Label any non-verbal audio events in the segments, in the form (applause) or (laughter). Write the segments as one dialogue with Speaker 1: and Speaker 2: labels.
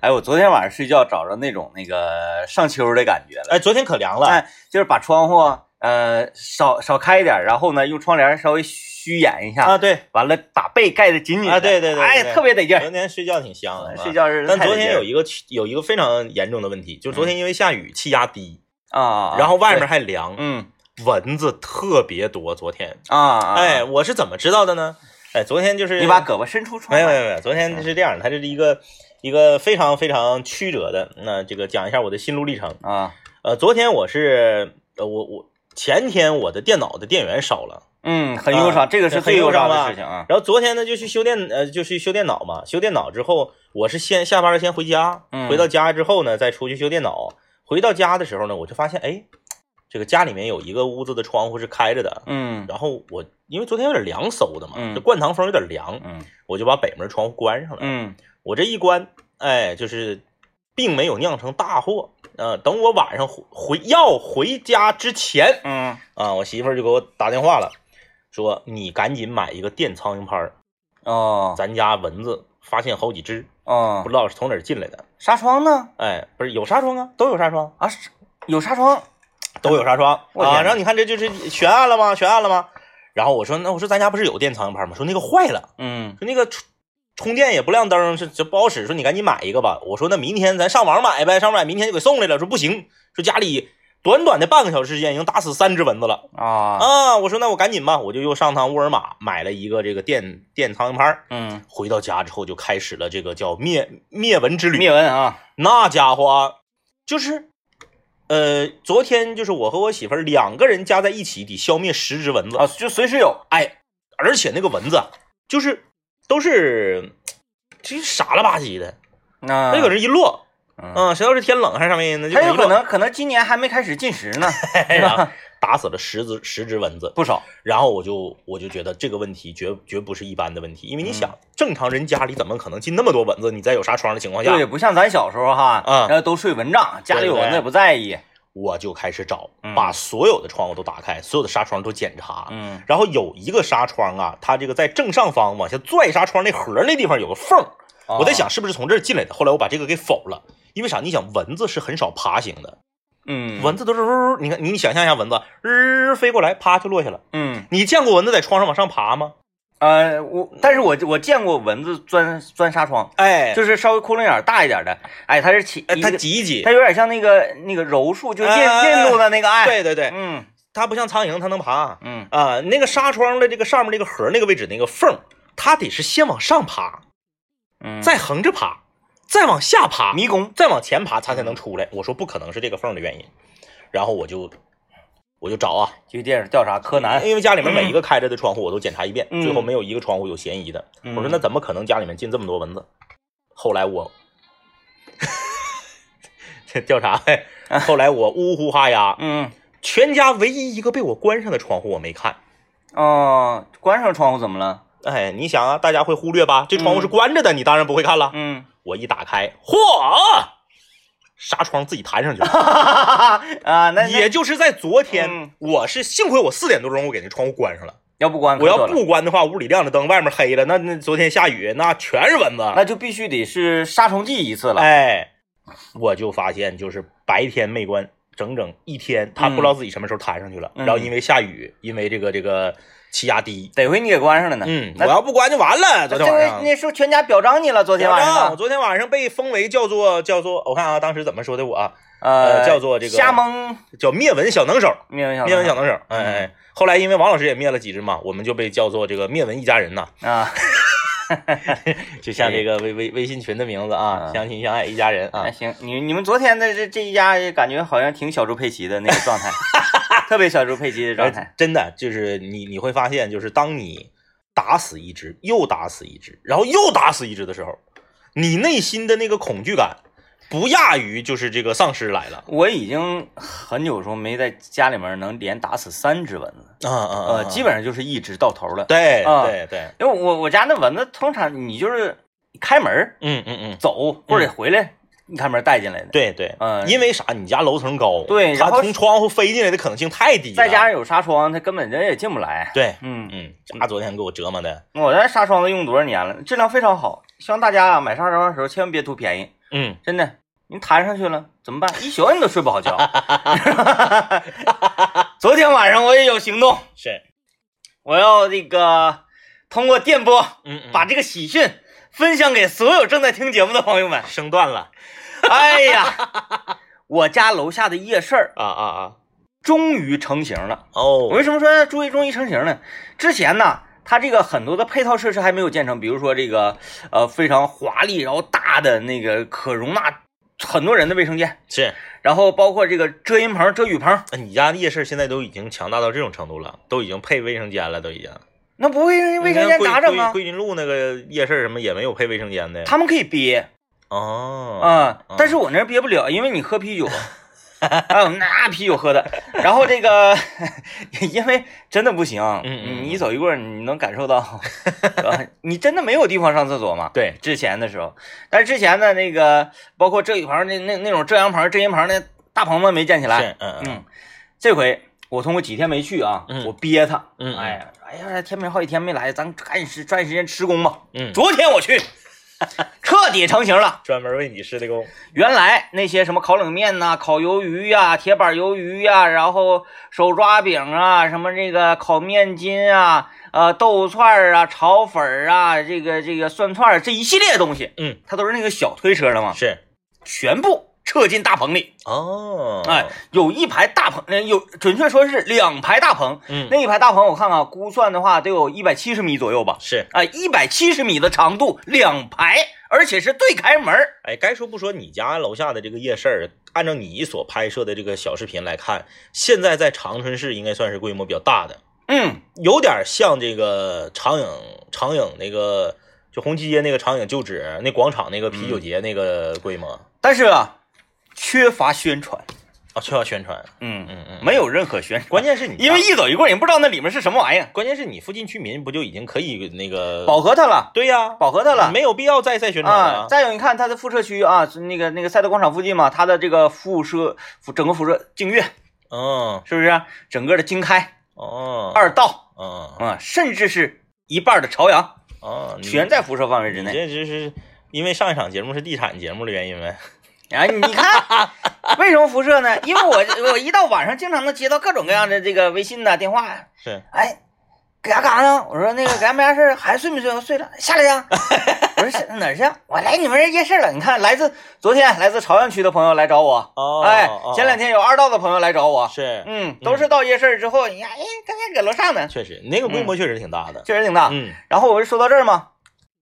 Speaker 1: 哎，我昨天晚上睡觉找着那种那个上秋的感觉了，
Speaker 2: 哎，昨天可凉了，
Speaker 1: 哎，就是把窗户呃少少开一点，然后呢用窗帘稍微虚掩一下，
Speaker 2: 啊，对，
Speaker 1: 完了把被盖得紧紧的，
Speaker 2: 啊对对对对
Speaker 1: 哎，
Speaker 2: 对
Speaker 1: 特别得劲儿
Speaker 2: 昨，天睡觉挺香的，是吧
Speaker 1: 哎
Speaker 2: 啊
Speaker 1: 睡。觉是。
Speaker 2: 但昨天有一个有一个非常严重的问题，就是昨天因为下雨，气压低，
Speaker 1: 嗯啊，
Speaker 2: 然后外面还凉，
Speaker 1: 嗯
Speaker 2: 蚊子特别多。昨天，
Speaker 1: 啊，
Speaker 2: 哎，，我是怎么知道的呢？哎，昨天就是
Speaker 1: 你把胳膊伸出窗
Speaker 2: 没有没
Speaker 1: 外，
Speaker 2: 有没有，昨
Speaker 1: 嗯
Speaker 2: 天是这样的，它这是一个一个非常非常曲折的。那这个讲一下我的心路历程。
Speaker 1: 啊，
Speaker 2: 呃，昨天我是呃我我前天我的电脑的电源烧了，
Speaker 1: 嗯，很忧伤，
Speaker 2: 啊
Speaker 1: 这个是
Speaker 2: 很
Speaker 1: 最
Speaker 2: 忧
Speaker 1: 忧伤
Speaker 2: 伤吧
Speaker 1: 的事情啊，
Speaker 2: 然后昨天呢就去修电呃就去修电脑嘛，修电脑之后我是先下班先回家，
Speaker 1: 嗯
Speaker 2: 回到家之后呢再出去修电脑。回到家的时候呢，我就发现哎，这个家里面有一个屋子的窗户是开着的。
Speaker 1: 嗯
Speaker 2: 然后我因为昨天有点凉飕的嘛，
Speaker 1: 嗯
Speaker 2: 这灌堂风有点凉，
Speaker 1: 嗯
Speaker 2: 我就把北门窗户关上了。
Speaker 1: 嗯
Speaker 2: 我这一关，哎，就是并没有酿成大祸。呃，等我晚上回回要回家之前
Speaker 1: 嗯
Speaker 2: 啊，我媳妇儿就给我打电话了，说你赶紧买一个电苍蝇拍儿，
Speaker 1: 哦
Speaker 2: 咱家蚊子发现好几只，不
Speaker 1: 哦，
Speaker 2: 知道是从哪儿进来的。
Speaker 1: 纱窗呢？
Speaker 2: 哎，不是有纱窗啊，都有纱窗，
Speaker 1: 啊，是有纱窗，
Speaker 2: (laughs) 都有纱窗
Speaker 1: 我天
Speaker 2: 啊。然后你看这就是悬案了吗？悬案了吗？然后我说那我说咱家不是有电苍蝇拍儿吗？说那个坏了，
Speaker 1: 嗯
Speaker 2: 说那个充充电也不亮灯，是这不好使。说你赶紧买一个吧。我说那明天咱上网买呗，上网买明天就给送来了。说不行，说家里短短的半个小时之间已经打死三只蚊子了
Speaker 1: 啊，
Speaker 2: 啊！我说那我赶紧吧，我就又上趟沃尔玛买了一个这个电电苍蝇拍儿。
Speaker 1: 嗯，
Speaker 2: 回到家之后就开始了这个叫灭灭蚊之旅。
Speaker 1: 灭蚊啊，
Speaker 2: 那家伙啊就是，呃，昨天就是我和我媳妇儿两个人加在一起得消灭十只蚊子
Speaker 1: 啊，就随时有，
Speaker 2: 哎，而且那个蚊子啊就是都是这傻了吧唧的，
Speaker 1: 那
Speaker 2: 它就搁这一落，
Speaker 1: 嗯
Speaker 2: 嗯，谁要是天冷还是啥原因呢，就
Speaker 1: 他
Speaker 2: 搁
Speaker 1: 有
Speaker 2: 一
Speaker 1: 可
Speaker 2: 落，
Speaker 1: 能可能今年还没开始进食
Speaker 2: (laughs)
Speaker 1: 呢，
Speaker 2: 然后打死了十只十只蚊子。
Speaker 1: 不少，
Speaker 2: 然后我就我就觉得这个问题绝绝不是一般的问题，因为你
Speaker 1: 嗯
Speaker 2: 想，正常人家里怎么可能进那么多蚊子？你在有纱窗的情况下，
Speaker 1: 对，不像咱小时候哈，
Speaker 2: 嗯
Speaker 1: 然后都睡蚊帐，家里有蚊子也不在
Speaker 2: 啊
Speaker 1: 意，
Speaker 2: 我就开始找
Speaker 1: 嗯，
Speaker 2: 把所有的窗户都打开，所有的纱窗都检查。
Speaker 1: 嗯
Speaker 2: 然后有一个纱窗啊，它这个在正上方往下拽纱窗那盒儿那地方有个缝儿，
Speaker 1: 哦
Speaker 2: 我在想是不是从这儿进来的，后来我把这个给否了，因为啥？你想蚊子是很少爬行的，
Speaker 1: 嗯
Speaker 2: 蚊子都是呜呜，你看你想象一下蚊子，日飞过来，啪就落下了。
Speaker 1: 嗯
Speaker 2: 你见过蚊子在窗上往上爬吗？
Speaker 1: 呃我，但是我我见过蚊子钻钻纱窗，
Speaker 2: 哎就
Speaker 1: 就是稍微窟窿眼儿大一点的，哎，它是起
Speaker 2: 哎，它
Speaker 1: 一个
Speaker 2: 挤一挤
Speaker 1: 它，有点像那个那个柔术，就印
Speaker 2: 哎哎哎
Speaker 1: 印度的那个哎，
Speaker 2: 对对对，
Speaker 1: 嗯
Speaker 2: 它不像苍蝇，它能爬啊、
Speaker 1: 嗯
Speaker 2: 那个纱窗的这个上面这个盒儿那个位置那个缝儿，它得是先往上爬，
Speaker 1: 嗯，
Speaker 2: 再横着爬，再往下爬，
Speaker 1: 迷宫，
Speaker 2: 再往前爬，它才能出来。我说不可能是这个缝儿的原因，然后我就我就找啊，
Speaker 1: 就电影调查柯南，
Speaker 2: 因为家里面每一个开着的窗户我都检查一遍，
Speaker 1: 嗯
Speaker 2: 最后没有一个窗户有嫌疑的。
Speaker 1: 嗯
Speaker 2: 我说那怎么可能家里面进这么多蚊子？后来我 (laughs) 调查呗，
Speaker 1: 啊
Speaker 2: 后来我呜呼哈呀，
Speaker 1: 嗯
Speaker 2: 全家唯一一个被我关上的窗户我没看。
Speaker 1: 哦，关上窗户怎么了？
Speaker 2: 哎，你想啊，大家会忽略吧？这窗户是关着的，你当然不会看了。 (laughs)
Speaker 1: 嗯，
Speaker 2: 我一打开，嚯，纱窗自己弹上去
Speaker 1: (laughs)
Speaker 2: 了。
Speaker 1: 啊，那那
Speaker 2: 也就是在昨天，
Speaker 1: 嗯
Speaker 2: 我是幸亏我四点多钟我给那窗户关上了。
Speaker 1: 要不关，
Speaker 2: 我要不关的话，屋里亮着灯，外面黑了，那那昨天下雨，那全是蚊子。
Speaker 1: 那就必须得是杀虫剂一次了。
Speaker 2: 啊哎，我就发现就是白天没关，整整一天，他
Speaker 1: 嗯
Speaker 2: 不知道自己什么时候弹上去了。
Speaker 1: 嗯
Speaker 2: 然后因为下雨，因为这个这个气压低，
Speaker 1: 得亏你给关上了呢。
Speaker 2: 嗯，我
Speaker 1: 那
Speaker 2: 要不关就完了。昨
Speaker 1: 这
Speaker 2: 天晚上
Speaker 1: 回。那时候全家表彰你了，昨天晚
Speaker 2: 啊我
Speaker 1: 上
Speaker 2: 昨天晚上被封为叫做叫做，我看啊，当时怎么说的我啊，
Speaker 1: 呃
Speaker 2: 呃叫做这个
Speaker 1: 瞎蒙
Speaker 2: 叫灭蚊小能手，
Speaker 1: 灭蚊小
Speaker 2: 灭蚊小能手。
Speaker 1: 嗯
Speaker 2: 哎哎，后来因为王老师也灭了几只嘛，我们就被叫做这个灭蚊一家人呐。
Speaker 1: 啊，
Speaker 2: 就像这个微微微信群的名字啊，
Speaker 1: 嗯
Speaker 2: 相亲相爱一家人啊
Speaker 1: 还，哎行。你你们昨天的这这一家感觉好像挺小猪佩奇的那个
Speaker 2: (laughs)
Speaker 1: 状态，特别小猪佩奇的状态。
Speaker 2: 哎真的就是你你会发现，就是当你打死一只，又打死一只，然后又打死一只的时候，你内心的那个恐惧感不亚于就是这个丧尸来了
Speaker 1: 我已经很久说没在家里面能连打死三只蚊子，
Speaker 2: 啊啊
Speaker 1: 呃，基
Speaker 2: 本
Speaker 1: 本上就是一只到头了。
Speaker 2: 对
Speaker 1: 啊
Speaker 2: 对对，
Speaker 1: 因为我我家那蚊子通常你就是开门儿
Speaker 2: 嗯嗯嗯，
Speaker 1: 走或者回来，一开门带进来的。
Speaker 2: 对对，
Speaker 1: 嗯
Speaker 2: 因为啥？你家楼层高，
Speaker 1: 对
Speaker 2: 它
Speaker 1: 然后
Speaker 2: 从窗户飞进来的可能性太低了。
Speaker 1: 再加上有纱窗，他根本人也进不来。
Speaker 2: 对，
Speaker 1: 嗯，
Speaker 2: 嗯，家昨天给我折磨的，
Speaker 1: 我这纱窗都用多少年了，质量非常好。希望大家啊买纱窗的时候千万别图便宜，
Speaker 2: 嗯，
Speaker 1: 真的，你弹上去了怎么办？一宿你都睡不好觉。 (laughs) 昨天晚上我也有行动，
Speaker 2: 是，
Speaker 1: 我要这个通过电波
Speaker 2: 嗯嗯
Speaker 1: 把这个喜讯分享给所有正在听节目的朋友们。
Speaker 2: 声断了，
Speaker 1: 哎呀，我家楼下的夜市儿
Speaker 2: 啊啊啊，
Speaker 1: 终于成型了。我
Speaker 2: 哦
Speaker 1: 为，什么说终于终于成型呢？之前呢，它这个很多的配套设施还没有建成，比如说这个呃非常华丽然后大的那个可容纳很多人的卫生间，
Speaker 2: 是，
Speaker 1: 然后包括这个遮阴棚、遮雨棚，
Speaker 2: 那你家的夜市现在都已经强大到这种程度了，都已经配卫生间了，都已经。
Speaker 1: 那不会
Speaker 2: 嗯
Speaker 1: 卫生间咋整啊？
Speaker 2: 桂桂桂林路那个夜市什么也没有配卫生间的。
Speaker 1: 他们可以憋
Speaker 2: 哦，
Speaker 1: 啊、
Speaker 2: 嗯
Speaker 1: 但是我那儿憋不了，因为你喝啤酒。 (laughs) 啊，那啤酒喝的，然后这个， (laughs) 因为真的不行，
Speaker 2: 嗯嗯
Speaker 1: 你一走一过，你能感受到，
Speaker 2: (laughs)
Speaker 1: 啊你真的没有地方上厕所吗？
Speaker 2: 对，
Speaker 1: 之前的时候，但是之前的那个包括遮雨棚那那那种遮阳棚、遮阴棚那大棚子没建起来。
Speaker 2: 是，嗯嗯
Speaker 1: 嗯，这回我通过几天没去啊，
Speaker 2: 嗯
Speaker 1: 我憋他。
Speaker 2: 嗯嗯
Speaker 1: 哎呀，哎呀，天明好几天没来，咱赶紧时抓紧时间施工吧。
Speaker 2: 嗯，
Speaker 1: 昨天我去，彻底成型了。
Speaker 2: 专门为你施的工。
Speaker 1: 原来那些什么烤冷面呐、烤鱿鱼呀、铁板鱿鱼呀、然后手抓饼啊、什么这个烤面筋啊、呃豆串儿啊、炒粉儿啊、这个这个蒜串儿这一系列东西，
Speaker 2: 嗯，
Speaker 1: 它都是那个小推车的嘛，
Speaker 2: 是。
Speaker 1: 全部撤进大棚里。
Speaker 2: 哦，
Speaker 1: 哎，，有一排大棚，呃有准确说是两排大棚，
Speaker 2: 嗯，
Speaker 1: 那一排大棚我看看，啊估算的话得有一百七十米左右吧。
Speaker 2: 是。
Speaker 1: 啊，一百七十米的长度，两排，而且是对开门儿
Speaker 2: 哎，该说不说，你家楼下的这个夜市儿，按照你所拍摄的这个小视频来看，现在在长春市应该算是规模比较大的，
Speaker 1: 嗯，
Speaker 2: 有点像这个长影长影那个。就红旗街那个长影旧址那广场那个
Speaker 1: 嗯
Speaker 2: 啤酒节那个规模、
Speaker 1: 但是啊，缺乏宣传。
Speaker 2: 啊，缺乏宣传。
Speaker 1: 嗯
Speaker 2: 嗯嗯，
Speaker 1: 没有任何宣传，
Speaker 2: 关键是你
Speaker 1: (laughs) 因为一走一过，也不知道那里面是什么玩意儿，
Speaker 2: 关键是你附近居民不就已经可以那个
Speaker 1: 饱和它了，
Speaker 2: 对呀、
Speaker 1: 饱和它了。
Speaker 2: 没有必要再再宣传
Speaker 1: 啊
Speaker 2: 了，。
Speaker 1: 再有你看它的辐射区啊，是那个那个赛德广场附近嘛，它的这个辐射辐整个辐射净月
Speaker 2: 嗯
Speaker 1: 是不是？整个的经开
Speaker 2: 哦，
Speaker 1: 二道
Speaker 2: 嗯
Speaker 1: 啊，甚至是一半的朝阳
Speaker 2: 哦，你
Speaker 1: 全在辐射范围之
Speaker 2: 你
Speaker 1: 内。
Speaker 2: 这就是因为上一场节目是地产节目的原因呗。
Speaker 1: 哎，你
Speaker 2: (laughs)
Speaker 1: 看为什么辐射呢？因为我我一到晚上经常能接到各种各样的这个微信呐、电话呀，
Speaker 2: 是，
Speaker 1: 哎，搁家干啥呢？我说那个搁家没啥事儿，孩子睡没睡？我睡了，下来
Speaker 2: (laughs)
Speaker 1: 呀。我说是哪儿去？啊我来你们这夜市了。你看，来自昨天来自朝阳区的朋友来找我，
Speaker 2: 哦，
Speaker 1: 哎
Speaker 2: 哦，
Speaker 1: 前两天有二道的朋友来找我，
Speaker 2: 是，
Speaker 1: 嗯，都是到夜市之后，你看，哎，刚才搁楼上呢，
Speaker 2: 确实，你那个
Speaker 1: 嗯
Speaker 2: 规模确实挺大的。
Speaker 1: 确实挺大。
Speaker 2: 嗯
Speaker 1: 然后我就说到这儿嘛，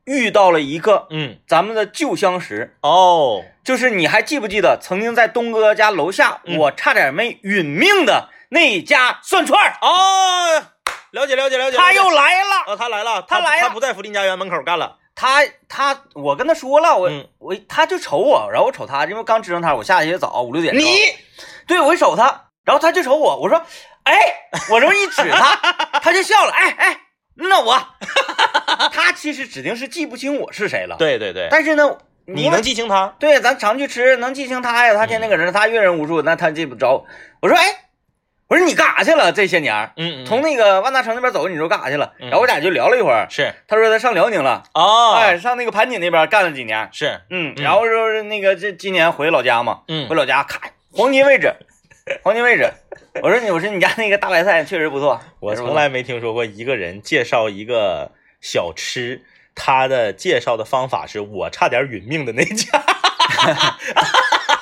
Speaker 1: 遇到了一个
Speaker 2: 嗯，
Speaker 1: 咱们的旧相识，
Speaker 2: 哦，
Speaker 1: 就是你还记不记得曾经在东哥家楼下，
Speaker 2: 嗯
Speaker 1: 我差点没殒命的那家涮串儿，
Speaker 2: 哦，了解了解了解。
Speaker 1: 他
Speaker 2: 了解
Speaker 1: 又来了。
Speaker 2: 哦，他来了，
Speaker 1: 他来
Speaker 2: 他
Speaker 1: 了
Speaker 2: 不在福林家园门口干了。
Speaker 1: 他他，我跟他说了，我、
Speaker 2: 嗯
Speaker 1: 我他就瞅我，然后我瞅他，因为刚支棱他，我下去也早，五六点钟。对，我一瞅他，然后他就瞅我，我说，哎，我这么一指
Speaker 2: (laughs)
Speaker 1: 他，他就笑了，哎哎，那我，他其实指定是记不清我是谁了，，
Speaker 2: 对对对，
Speaker 1: 但是呢，
Speaker 2: 你
Speaker 1: 因为
Speaker 2: 能记清他？
Speaker 1: 对，咱常去吃，能记清他呀，他天天搁这儿，他阅人无数，那他记不着。我说，哎，我说你干啥去了这些年儿？
Speaker 2: 嗯嗯，
Speaker 1: 从那个万达城那边走，你说干啥去了？
Speaker 2: 嗯
Speaker 1: 然后我俩就聊了一会儿，
Speaker 2: 是
Speaker 1: 他说他上辽宁了。
Speaker 2: 哦，
Speaker 1: 哎，上那个盘锦那边干了几年，
Speaker 2: 是
Speaker 1: 嗯，
Speaker 2: 嗯
Speaker 1: 然后说是那个这今年回老家嘛，
Speaker 2: 嗯
Speaker 1: 回老家咔，黄金位置，黄金位置。我说你，我说你家那个大白菜确实不错，
Speaker 2: (laughs) 我
Speaker 1: 确实不
Speaker 2: 从
Speaker 1: 错
Speaker 2: 来没听说过一个人介绍一个小吃，他的介绍的方法是我差点殒命的那家。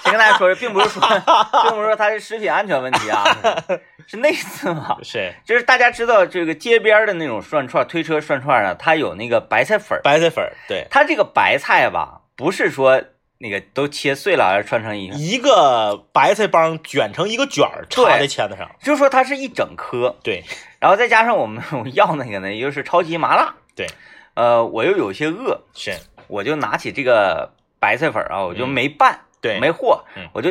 Speaker 1: 先跟大家说，并不是说， (laughs) 并不是说它是食品安全问题
Speaker 2: (laughs)
Speaker 1: 啊，是那次嘛，
Speaker 2: (laughs) 是
Speaker 1: 就是大家知道这个街边的那种涮串、推车涮串啊，它有那个白菜粉儿，
Speaker 2: 白菜粉儿，对，
Speaker 1: 它这个白菜吧，不是说那个都切碎了而串成一，
Speaker 2: 一个白菜帮卷成一个卷儿
Speaker 1: 对
Speaker 2: 插在签子上。
Speaker 1: 就是说它是一整颗，
Speaker 2: 对，
Speaker 1: 然后再加上我们我要那个呢，也就是超级麻辣。
Speaker 2: 对，
Speaker 1: 呃，我又有些饿，
Speaker 2: 是，
Speaker 1: 我就拿起这个白菜粉儿啊，我就
Speaker 2: 嗯
Speaker 1: 没拌，
Speaker 2: 对，
Speaker 1: 没和，
Speaker 2: 嗯
Speaker 1: 我就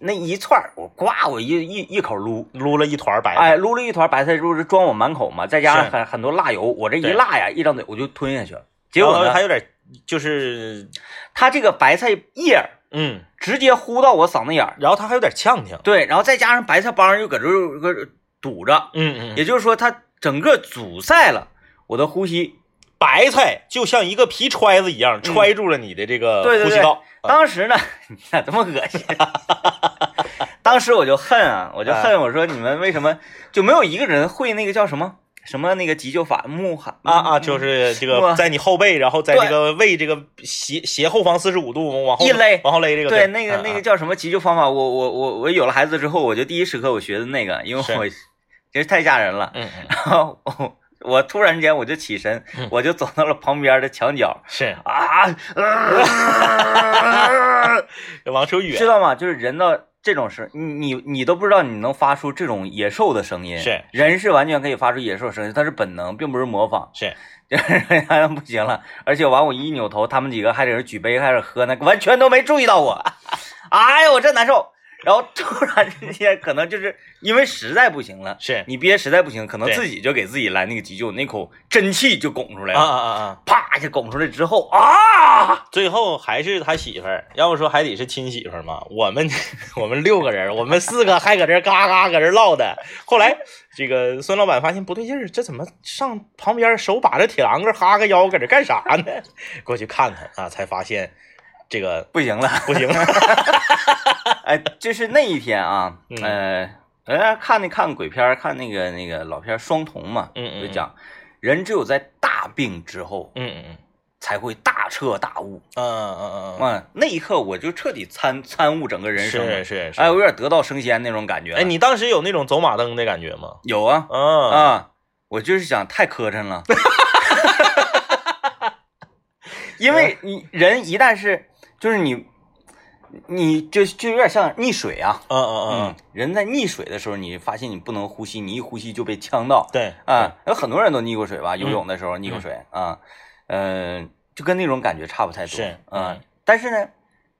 Speaker 1: 那一串儿，我呱，我一一一口撸，
Speaker 2: 撸了一团白菜。
Speaker 1: 哎，撸了一团白菜就是装我满口嘛，再加上
Speaker 2: 是
Speaker 1: 很很多辣油，我这一
Speaker 2: 对
Speaker 1: 辣呀，一张嘴我就吞下去了。结
Speaker 2: 然
Speaker 1: 果
Speaker 2: 后
Speaker 1: 呢
Speaker 2: 它，有点就是，
Speaker 1: 它这个白菜叶儿
Speaker 2: 嗯，
Speaker 1: 直接呼到我嗓子眼儿。
Speaker 2: 然后他还有点呛呛。
Speaker 1: 对，然后再加上白菜帮又搁这儿搁这儿堵着，
Speaker 2: 嗯嗯，
Speaker 1: 也就是说它整个阻塞了我的呼吸。
Speaker 2: 白菜就像一个皮揣子一样揣住了你的这个
Speaker 1: 嗯对对
Speaker 2: 呼吸
Speaker 1: 对
Speaker 2: 道。啊
Speaker 1: 当时呢， (laughs) 你咋这么恶心？啊 (laughs) 当时我就恨啊，我就恨，我说你们为什么就没有一个人会那个叫什么什么那个急救法木喊
Speaker 2: 啊啊！就是这
Speaker 1: 我
Speaker 2: 个，在你后背，然后在这个胃这个斜斜后方四十五度往后
Speaker 1: 一勒
Speaker 2: 往后勒这个
Speaker 1: 对
Speaker 2: 对
Speaker 1: 那个那个
Speaker 2: 嗯
Speaker 1: 叫什么急救方法？我我我我有了孩子之后，我就第一时刻我学的那个，因为
Speaker 2: 是
Speaker 1: 我 (laughs) 真是太吓人了。
Speaker 2: 嗯嗯
Speaker 1: 然后我 (laughs) 我突然间我就起身
Speaker 2: 嗯，
Speaker 1: 我就走到了旁边的墙角 (laughs)
Speaker 2: 是
Speaker 1: 啊，
Speaker 2: (laughs)
Speaker 1: 呃
Speaker 2: 往出远
Speaker 1: 知道吗？就是人到这种时，你你你都不知道你能发出这种野兽的声音，
Speaker 2: 是
Speaker 1: 人是完全可以发出野兽声音，它是本能，并不是模仿。 (laughs)
Speaker 2: 是
Speaker 1: 就是哎不行了，而且完我一扭头，他们几个还在这举杯，还在这喝呢，完全都没注意到我。 (laughs) 哎呀，我真难受。然后突然之间，可能就是因为实在不行了，
Speaker 2: 是
Speaker 1: 你憋实在不行，可能
Speaker 2: 对
Speaker 1: 自己就给自己来那个急救，那口真气就拱出来
Speaker 2: 啊
Speaker 1: 了，
Speaker 2: 啊啊啊！
Speaker 1: 啪一下拱出来之后啊，
Speaker 2: 最后还是他媳妇儿，要不说还得是亲媳妇儿嘛。我们 (laughs) 我们六个人，我们四个还搁这儿嘎嘎搁这儿唠的。后来这个孙老板发现不对劲儿，这怎么上旁边手把着铁栏杆哈个腰搁这干啥呢？ (laughs) 过去看看啊，才发现这个 (laughs)
Speaker 1: 不行了。
Speaker 2: 不
Speaker 1: (laughs)
Speaker 2: 行。
Speaker 1: 哎，就是那一天啊，
Speaker 2: 嗯
Speaker 1: 呃，呃，看那看鬼片儿，看那个那个老片儿《双瞳》嘛，
Speaker 2: 嗯嗯嗯
Speaker 1: 就讲人只有在大病之后
Speaker 2: 嗯嗯嗯
Speaker 1: 才会大彻大悟。
Speaker 2: 嗯嗯嗯嗯，
Speaker 1: 嗯，那一刻我就彻底参参悟整个人生了，
Speaker 2: 是是是。
Speaker 1: 哎，我有点得道升仙那种感觉了。
Speaker 2: 哎，你当时有那种走马灯的感觉吗？
Speaker 1: 有啊
Speaker 2: 嗯，
Speaker 1: 啊！我就是想太磕碜
Speaker 2: (laughs)
Speaker 1: 了，因为你人一旦是就是你，你就就有点像溺水啊。
Speaker 2: 嗯嗯嗯，
Speaker 1: 嗯，人在溺水的时候，你发现你不能呼吸，你一呼吸就被呛到。
Speaker 2: 对，嗯
Speaker 1: 啊，有很多人都溺过水吧？游泳的时候溺过水啊，呃，就跟那种感觉差不太多。
Speaker 2: 是
Speaker 1: 啊
Speaker 2: 嗯，
Speaker 1: 但是呢，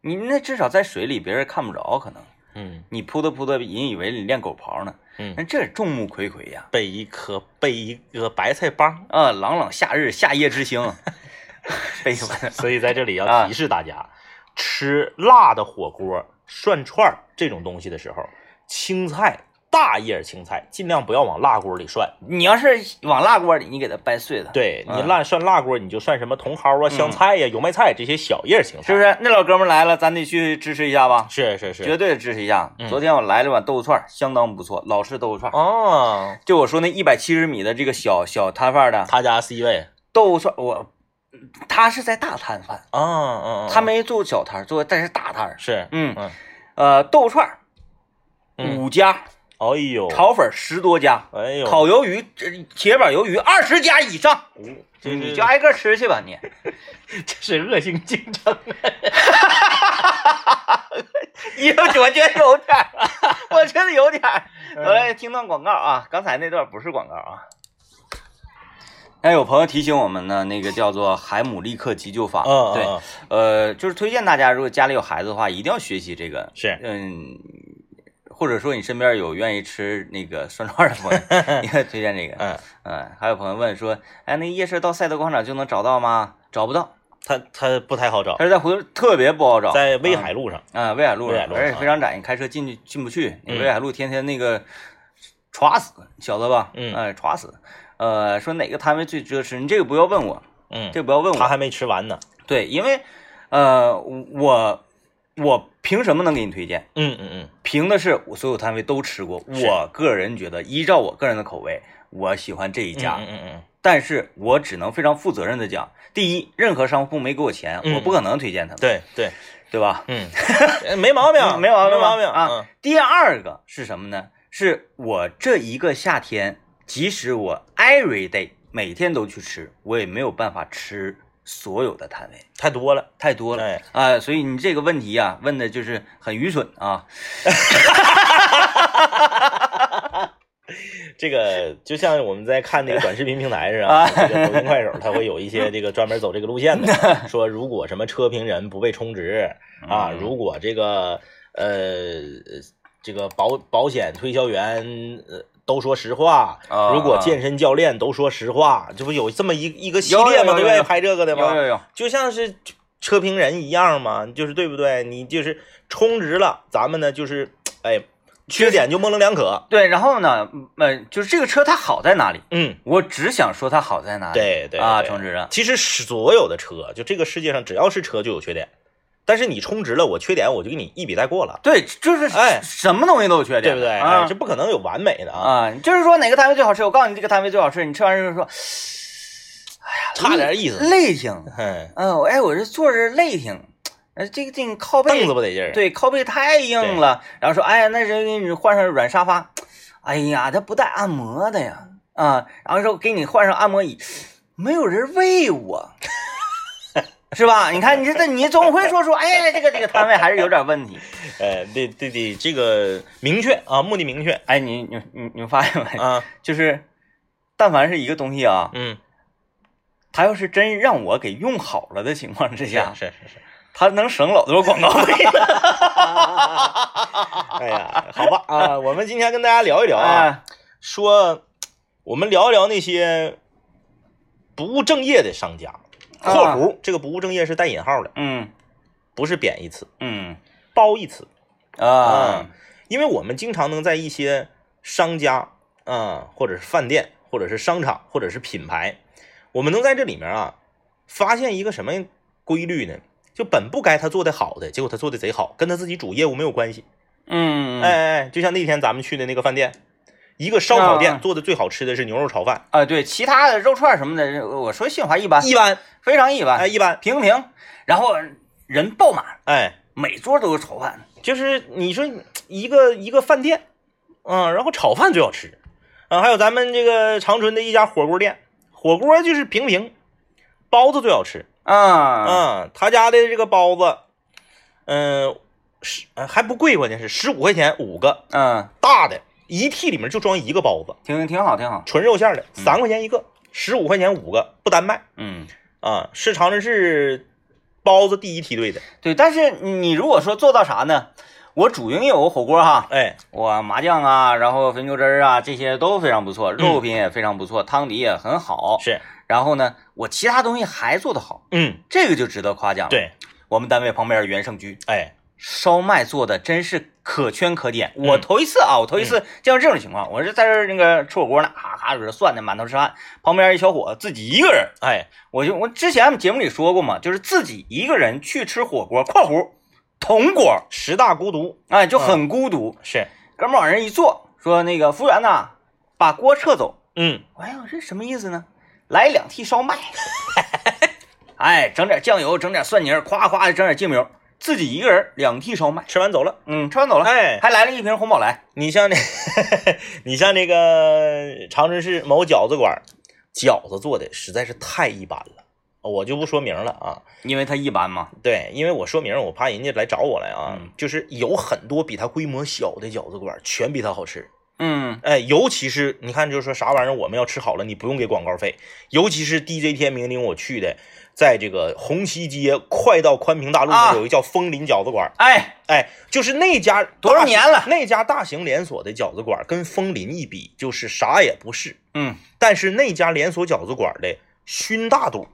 Speaker 1: 你那至少在水里别人看不着，可能
Speaker 2: 嗯
Speaker 1: 你扑的扑的，引以为你练狗刨呢。那
Speaker 2: 嗯，
Speaker 1: 这众目睽睽呀，
Speaker 2: 备一颗备一个白菜帮。
Speaker 1: 啊，朗朗夏日，夏夜之星， (laughs) 悲欢。
Speaker 2: 所以在这里
Speaker 1: 啊
Speaker 2: 要提示大家，吃辣的火锅、涮串儿这种东西的时候，青菜大叶儿青菜尽量不要往辣锅里涮。
Speaker 1: 你要是往辣锅里，你给它掰碎了，，
Speaker 2: 对你
Speaker 1: 嗯
Speaker 2: 辣涮辣锅，你就涮什么茼蒿啊、香菜呀、油麦菜这些小叶儿青菜，
Speaker 1: 是不？是？那老哥们儿来了，咱得去支持一下吧，
Speaker 2: 是是
Speaker 1: 绝
Speaker 2: 是。
Speaker 1: 对支持一下。
Speaker 2: 嗯
Speaker 1: 昨天我来了碗豆腐串儿，相当不错，老式豆腐串儿。
Speaker 2: 哦，
Speaker 1: 就我说那一百七十米的这个小小摊贩儿的，
Speaker 2: 他家 C 位。
Speaker 1: 豆腐串，我他是在大摊贩，
Speaker 2: 啊啊啊！
Speaker 1: 他没做小摊儿，做但是大摊儿。
Speaker 2: 是，
Speaker 1: 嗯
Speaker 2: 嗯，
Speaker 1: 呃，豆腐串儿
Speaker 2: 嗯
Speaker 1: 五家，
Speaker 2: 哎呦，
Speaker 1: 炒粉儿十多家，
Speaker 2: 哎呦，
Speaker 1: 烤鱿鱼、这铁板鱿鱼二十家以上，
Speaker 2: 这
Speaker 1: 你
Speaker 2: 是
Speaker 1: 就挨个吃去吧 (laughs) 你。
Speaker 2: 这是恶性竞争。
Speaker 1: 因为我觉得有 (laughs) 点儿，我觉得有点儿。我来听段广告啊，刚才那段不是广告啊。那有朋友提醒我们呢，那个叫做海姆立克急救法，
Speaker 2: (laughs) 嗯，
Speaker 1: 啊对，
Speaker 2: 嗯
Speaker 1: 呃，就是推荐大家，如果家里有孩子的话，一定要学习这个。
Speaker 2: 是
Speaker 1: 嗯，或者说你身边有愿意吃那个涮串儿的朋 (laughs) 友，应该推荐这个。
Speaker 2: 嗯，
Speaker 1: 嗯，还有朋友问说，哎，那夜市到赛德广场就能找到吗？找不到，
Speaker 2: 他他不太好找
Speaker 1: 他，是在胡同，特别不好找，
Speaker 2: 在威海路上。
Speaker 1: 啊，威海路
Speaker 2: 威
Speaker 1: 上
Speaker 2: 海，路
Speaker 1: 而且
Speaker 2: 啊
Speaker 1: 非常窄，你开车进去进不去。你
Speaker 2: 嗯
Speaker 1: 威海路天天那个歘死，晓得吧？
Speaker 2: 嗯
Speaker 1: 哎，歘死。呃，说哪个摊位最值得吃？你这个不要问我，
Speaker 2: 嗯，
Speaker 1: 这个不要问
Speaker 2: 他
Speaker 1: 我。
Speaker 2: 还没吃完呢。
Speaker 1: 对，因为呃，我我凭什么能给你推荐？
Speaker 2: 嗯嗯嗯。
Speaker 1: 凭的是我所有摊位都吃过，
Speaker 2: 是
Speaker 1: 我个人觉得，依照我个人的口味，我喜欢这一家。
Speaker 2: 嗯嗯
Speaker 1: 但是我只能非常负责任的讲，第一，任何商户没给我钱，
Speaker 2: 嗯
Speaker 1: 我不可能推荐他们，
Speaker 2: 对对，
Speaker 1: 对吧？ (laughs)
Speaker 2: 嗯，呃没毛病，
Speaker 1: 嗯
Speaker 2: 没
Speaker 1: 没毛病吧，
Speaker 2: 毛病嗯
Speaker 1: 啊。。第二个是什么呢？是我这一个夏天，即使我 every day 每天都去吃，我也没有办法吃所有的摊位，
Speaker 2: 太多了，
Speaker 1: 太多了。
Speaker 2: 哎
Speaker 1: 啊、所以你这个问题啊，问的就是很愚蠢啊。
Speaker 2: 这个就像我们在看那个短视频平台似的啊，这个抖音、快手，它会有一些这个专门走这个路线
Speaker 1: (laughs)
Speaker 2: 的，说如果什么车评人不被充值啊，
Speaker 1: 嗯
Speaker 2: 如果这个呃这个保保险推销员呃都说实话
Speaker 1: 啊，
Speaker 2: 如果健身教练都说实话，这不有这么一一个系
Speaker 1: 有
Speaker 2: 列
Speaker 1: 有
Speaker 2: 吗？
Speaker 1: 有
Speaker 2: 都
Speaker 1: 有
Speaker 2: 愿意
Speaker 1: 有
Speaker 2: 拍这个的
Speaker 1: 有
Speaker 2: 吗？
Speaker 1: 有有，
Speaker 2: 就像是车评人一样嘛，就是对不对？你就是充值了，咱们呢就是哎，缺点就模棱两可。
Speaker 1: 对，然后呢，嗯呃，就是这个车它好在哪里？
Speaker 2: 嗯，
Speaker 1: 我只想说它好在哪里。
Speaker 2: 对对
Speaker 1: 啊，
Speaker 2: 对
Speaker 1: 充值了。
Speaker 2: 其实是所有的车，就这个世界上只要是车就有缺点，但是你充值了，我缺点我就给你一笔带过了，
Speaker 1: 对，就是
Speaker 2: 哎
Speaker 1: 什么东西都有缺点，
Speaker 2: 对不对？
Speaker 1: 啊
Speaker 2: 哎，这不可能有完美的啊，
Speaker 1: 啊，就是说哪个摊位最好吃？我告诉你，这个摊位最好吃。你吃完之后说
Speaker 2: 差点意思。
Speaker 1: 累挺，
Speaker 2: 嗯，
Speaker 1: 啊嗯、我哎，我这坐着累挺，呃，这个这个靠背
Speaker 2: 凳子不得劲儿。，
Speaker 1: 对靠背太硬了。然后说，哎呀，那人给你换上软沙发，哎呀，他不带按摩的呀，啊，然后说给你换上按摩椅，没有人喂我。是吧？你看，你这你总会说出，哎，这个这个摊位还是有点问题。
Speaker 2: 呃，得得得，这个明确啊，目的明确
Speaker 1: 哎，你你你你们发现没？
Speaker 2: 啊，
Speaker 1: 就是，但凡是一个东西啊，
Speaker 2: 嗯，
Speaker 1: 他要是真让我给用好了的情况之
Speaker 2: 是
Speaker 1: 下，
Speaker 2: 是
Speaker 1: (laughs)
Speaker 2: 是是，
Speaker 1: 他能省老多广告费。
Speaker 2: 哎呀，好吧啊，
Speaker 1: (laughs)
Speaker 2: 我们今天跟大家聊一聊啊，
Speaker 1: 哎
Speaker 2: 说我们聊一聊那些不务正业的商家（括
Speaker 1: 啊
Speaker 2: 弧这个不务正业是带引号的，
Speaker 1: 嗯
Speaker 2: 不是贬义词，
Speaker 1: 嗯
Speaker 2: 褒义词）
Speaker 1: 啊，
Speaker 2: 因为我们经常能在一些商家啊、或者是饭店，或者是商场，或者是品牌，我们能在这里面啊发现一个什么规律呢？就本不该他做的好的，结果他做的贼好，跟他自己主业务没有关系。
Speaker 1: 嗯
Speaker 2: 哎哎哎，就像那天咱们去的那个饭店，一个烧烤
Speaker 1: 啊
Speaker 2: 店做的最好吃的是牛肉炒饭，
Speaker 1: 啊，对，其他的肉串什么的，呃我说信华一般，
Speaker 2: 一般，
Speaker 1: 非常一
Speaker 2: 哎
Speaker 1: 般，
Speaker 2: 一般，
Speaker 1: 平平。然后人爆满，
Speaker 2: 哎，
Speaker 1: 每桌都有炒饭。
Speaker 2: 就是你说一个一个饭店，嗯，然后炒饭最好吃，啊，还有咱们这个长春的一家火锅店，火锅就是平平，包子最好吃，
Speaker 1: 啊
Speaker 2: 嗯，他家的这个包子，嗯、是呃还不贵，关键是十五块钱五个
Speaker 1: 嗯，
Speaker 2: 大的，一屉里面就装一个包子，
Speaker 1: 挺挺好，挺好。
Speaker 2: 纯肉馅儿的，三块钱一个，十五块钱五个，不单卖
Speaker 1: 嗯，
Speaker 2: 啊，是长春市包子第一梯队的，
Speaker 1: 对。但是你如果说做到啥呢？我主营业务火锅哈，
Speaker 2: 哎，
Speaker 1: 我麻酱啊，然后肥牛汁儿啊，这些都非常不错，肉品也非常不错，汤底也很好。
Speaker 2: 嗯是，
Speaker 1: 然后呢，我其他东西还做得好，
Speaker 2: 嗯，
Speaker 1: 这个就值得夸奖。，
Speaker 2: 对，
Speaker 1: 我们单位旁边袁胜居
Speaker 2: 哎，
Speaker 1: 烧麦做的真是可圈可点。我
Speaker 2: 嗯
Speaker 1: 头一次啊，我头一次见到这种情况，我是在这儿那个吃火锅呢，咔咔搁这涮呢，满头是汗，旁边一小伙子自己一个人，
Speaker 2: 哎，
Speaker 1: 我就我之前我们节目里说过嘛，就是自己一个人去吃火锅（括弧铜锅
Speaker 2: 十大孤独），
Speaker 1: 哎，就
Speaker 2: 嗯
Speaker 1: 很孤独。
Speaker 2: 是。
Speaker 1: 哥们儿往人一坐，说那个服务员呐，把锅撤走。
Speaker 2: 嗯，
Speaker 1: 哎呦，这什么意思呢？来两屉烧麦， (laughs) 哎，整点酱油，整点蒜泥儿，夸夸的整点芥末，自己一个人两屉烧麦，
Speaker 2: 吃完走了。
Speaker 1: 嗯，吃完走了，
Speaker 2: 哎，
Speaker 1: (laughs) 还来了一瓶红宝来，
Speaker 2: 你像那， (laughs) 你像那个长春市某饺子馆儿，饺子做的实在是太一般了，我就不说名了啊。
Speaker 1: 因为它一般嘛。
Speaker 2: 对，因为我说名儿，我怕人家来找我来啊。
Speaker 1: 嗯
Speaker 2: 就是有很多比它规模小的饺子馆儿，全比它好吃。
Speaker 1: 嗯，
Speaker 2: 哎，尤其是你看，就是说啥玩意儿，我们要吃好了，你不用给广告费。尤其是 DJ 天明领我去的，在这个红旗街快到宽平大路
Speaker 1: 啊
Speaker 2: 上有一个叫枫林饺子馆儿，
Speaker 1: 哎，
Speaker 2: 哎，就是那家
Speaker 1: 多少
Speaker 2: 大型
Speaker 1: 年了
Speaker 2: 那家大型连锁的饺子馆跟枫林一比，就是啥也不是。
Speaker 1: 嗯， (laughs)
Speaker 2: 但是那家连锁饺子馆的熏大肚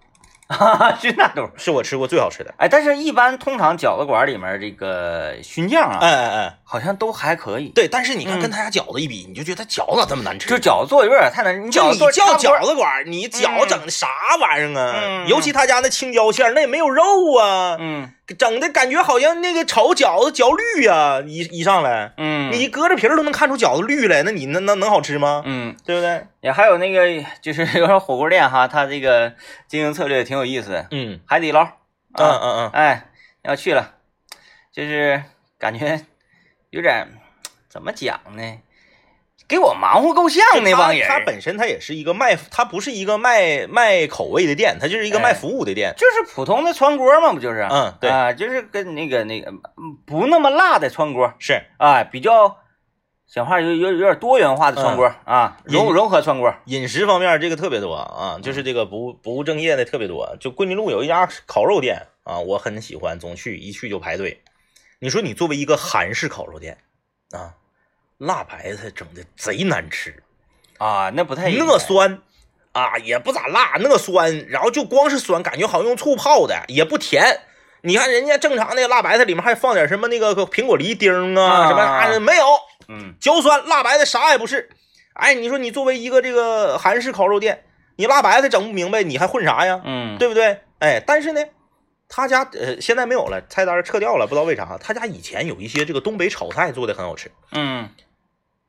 Speaker 1: 哈哈，熏大肚儿。
Speaker 2: 是我吃过最好吃的。
Speaker 1: 哎，但是一般通常饺子馆里面这个熏酱啊，
Speaker 2: 哎哎哎，
Speaker 1: 好像都还可以。
Speaker 2: 对，但是你看
Speaker 1: 嗯
Speaker 2: 跟他家饺子一比，你就觉得他饺子这么难吃。
Speaker 1: 就饺子做的有点太难，你
Speaker 2: 就
Speaker 1: 饺
Speaker 2: 你
Speaker 1: 子做
Speaker 2: 叫
Speaker 1: 差不多
Speaker 2: 饺子馆，你
Speaker 1: 嗯
Speaker 2: 饺子整的啥玩意儿啊？
Speaker 1: 嗯
Speaker 2: 尤其他家那青椒馅儿，那也没有肉啊，
Speaker 1: 嗯
Speaker 2: 整的感觉好像那个炒饺子嚼绿呀、一一上来，
Speaker 1: 嗯，
Speaker 2: 你搁着皮儿都能看出饺子绿来，那你那那能好吃吗？
Speaker 1: 嗯，
Speaker 2: 对不对？
Speaker 1: 也还有那个就是有点火锅店哈，它这个经营策略挺有意思的。
Speaker 2: 嗯
Speaker 1: 海底捞，
Speaker 2: 嗯
Speaker 1: 啊，
Speaker 2: 嗯嗯，
Speaker 1: 哎，要去了，就是感觉有点怎么讲呢，给我忙活够呛
Speaker 2: 就
Speaker 1: 那
Speaker 2: 他
Speaker 1: 帮人，
Speaker 2: 他本身他也是一个卖，他不是一个卖卖口味的店，他就是一
Speaker 1: 哎
Speaker 2: 个卖服务的店。
Speaker 1: 就是普通的川锅嘛，不就是？
Speaker 2: 嗯对
Speaker 1: 啊，就是跟那个那个嗯不那么辣的川锅，
Speaker 2: 是
Speaker 1: 啊，比较讲话有有有点多元化的川锅、
Speaker 2: 嗯
Speaker 1: 啊，融
Speaker 2: 饮
Speaker 1: 融合川锅，
Speaker 2: 饮食方面这个特别多啊，就是这个不务不务正业的特别多。就桂林路有一家烤肉店啊，我很喜欢，总去，一去就排队。你说你作为一个韩式烤肉店啊，辣白菜整的贼难吃，
Speaker 1: 啊，那不太一样
Speaker 2: 那酸。啊，也不咋辣，那酸，然后就光是酸，感觉好像用醋泡的，也不甜，你看人家正常那个辣白菜里面还放点什么那个苹果梨丁啊，
Speaker 1: 啊
Speaker 2: 什么啊没有，
Speaker 1: 嗯，
Speaker 2: 焦酸辣白菜啥也不是。哎，你说你作为一个这个韩式烤肉店，你辣白菜整不明白，你还混啥呀？
Speaker 1: 嗯，
Speaker 2: 对不对？哎，但是呢，他家呃现在没有了，菜单撤掉了，不知道为啥。他家以前有一些这个东北炒菜做的很好吃，
Speaker 1: 嗯，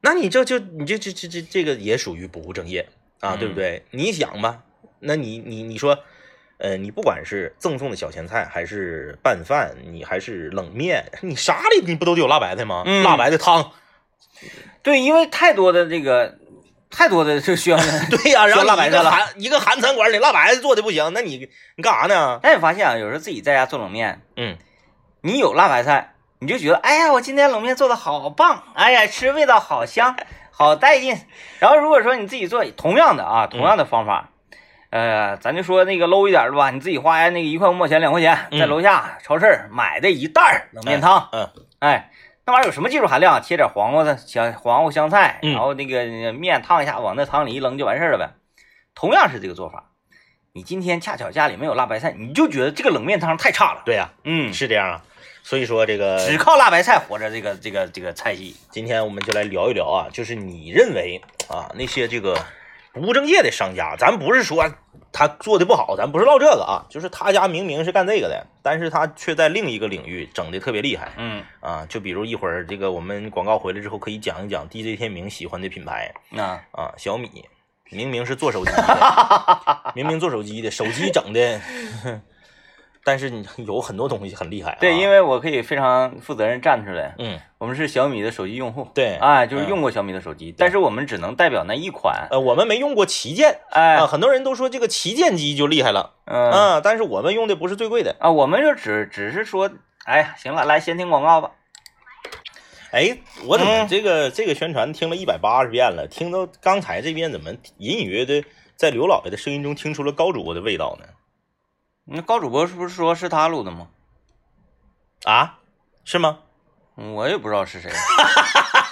Speaker 2: 那你这就你这这这这这个也属于不务正业啊，
Speaker 1: 嗯
Speaker 2: 对不对？你想吧，那你你你说，呃，你不管是赠送的小咸菜，还是拌饭，你还是冷面，你啥里你不都得有辣白菜吗？
Speaker 1: 嗯
Speaker 2: (laughs) 辣白菜汤，
Speaker 1: 对，因为太多的这个，太多的这个需
Speaker 2: (laughs)
Speaker 1: 要
Speaker 2: 对呀、然
Speaker 1: 说
Speaker 2: 后
Speaker 1: 辣白菜
Speaker 2: 一个
Speaker 1: 了
Speaker 2: 韩一个韩餐馆里辣白菜做的不行，那你你干啥呢？
Speaker 1: 但你发现啊，有时候自己在家做冷面，
Speaker 2: 嗯，
Speaker 1: 你有辣白菜，你就觉得，哎呀，我今天冷面做的好棒，哎呀，吃味道好香，好带劲。然后如果说你自己做同样的啊，同样的方法，
Speaker 2: 嗯
Speaker 1: 呃，咱就说那个 low 一点的吧，你自己花那个一块五毛钱、两块钱，
Speaker 2: 嗯
Speaker 1: 在楼下超市买的一袋儿冷面汤，
Speaker 2: 嗯
Speaker 1: 哎。那玩意儿有什么技术含量？切点黄瓜的香黄瓜香菜，
Speaker 2: 嗯
Speaker 1: 然后那个面烫一下，往那汤里一扔就完事儿了呗。同样是这个做法，你今天恰巧家里没有辣白菜，你就觉得这个冷面汤太差了。
Speaker 2: 对呀、
Speaker 1: 嗯，
Speaker 2: 是这样啊。所以说这个
Speaker 1: 只靠辣白菜活着，这个这个这个菜系，
Speaker 2: 今天我们就来聊一聊啊，就是你认为啊那些这个不务正业的商家，咱不是说他做的不好，咱不是唠这个啊，就是他家明明是干这个的，但是他却在另一个领域整的特别厉害
Speaker 1: 嗯，
Speaker 2: 啊。就比如一会儿这个我们广告回来之后，可以讲一讲 DJ 天明喜欢的品牌
Speaker 1: 啊，
Speaker 2: 啊，小米。明明是做手机的，明明做手机的，手机整的， (laughs) 但是你有很多东西很厉害、啊。
Speaker 1: 对，因
Speaker 2: 为
Speaker 1: 为我可以非常负责任站出来，
Speaker 2: 嗯，
Speaker 1: 我们是小米的手机用户，
Speaker 2: 对
Speaker 1: 哎，就是
Speaker 2: 嗯
Speaker 1: 用过小米的手机，但是我们只能代表那一款，
Speaker 2: 呃，我们没用过旗舰，
Speaker 1: 哎
Speaker 2: 啊，，很多人都说这个旗舰机就厉害了
Speaker 1: 嗯
Speaker 2: 啊，但是我们用的不是最贵的。
Speaker 1: 啊，我们就只只是说，哎呀，行了，来先听广告吧，
Speaker 2: 哎，我怎么
Speaker 1: 嗯
Speaker 2: 这个、这个宣传听了一百八十遍了，听到刚才这边怎么隐隐约的在刘老爷的声音中听出了高主播的味道呢？
Speaker 1: 那高主播是不是说是他录的吗？
Speaker 2: 啊，是吗？
Speaker 1: 嗯我也不知道是谁， (laughs)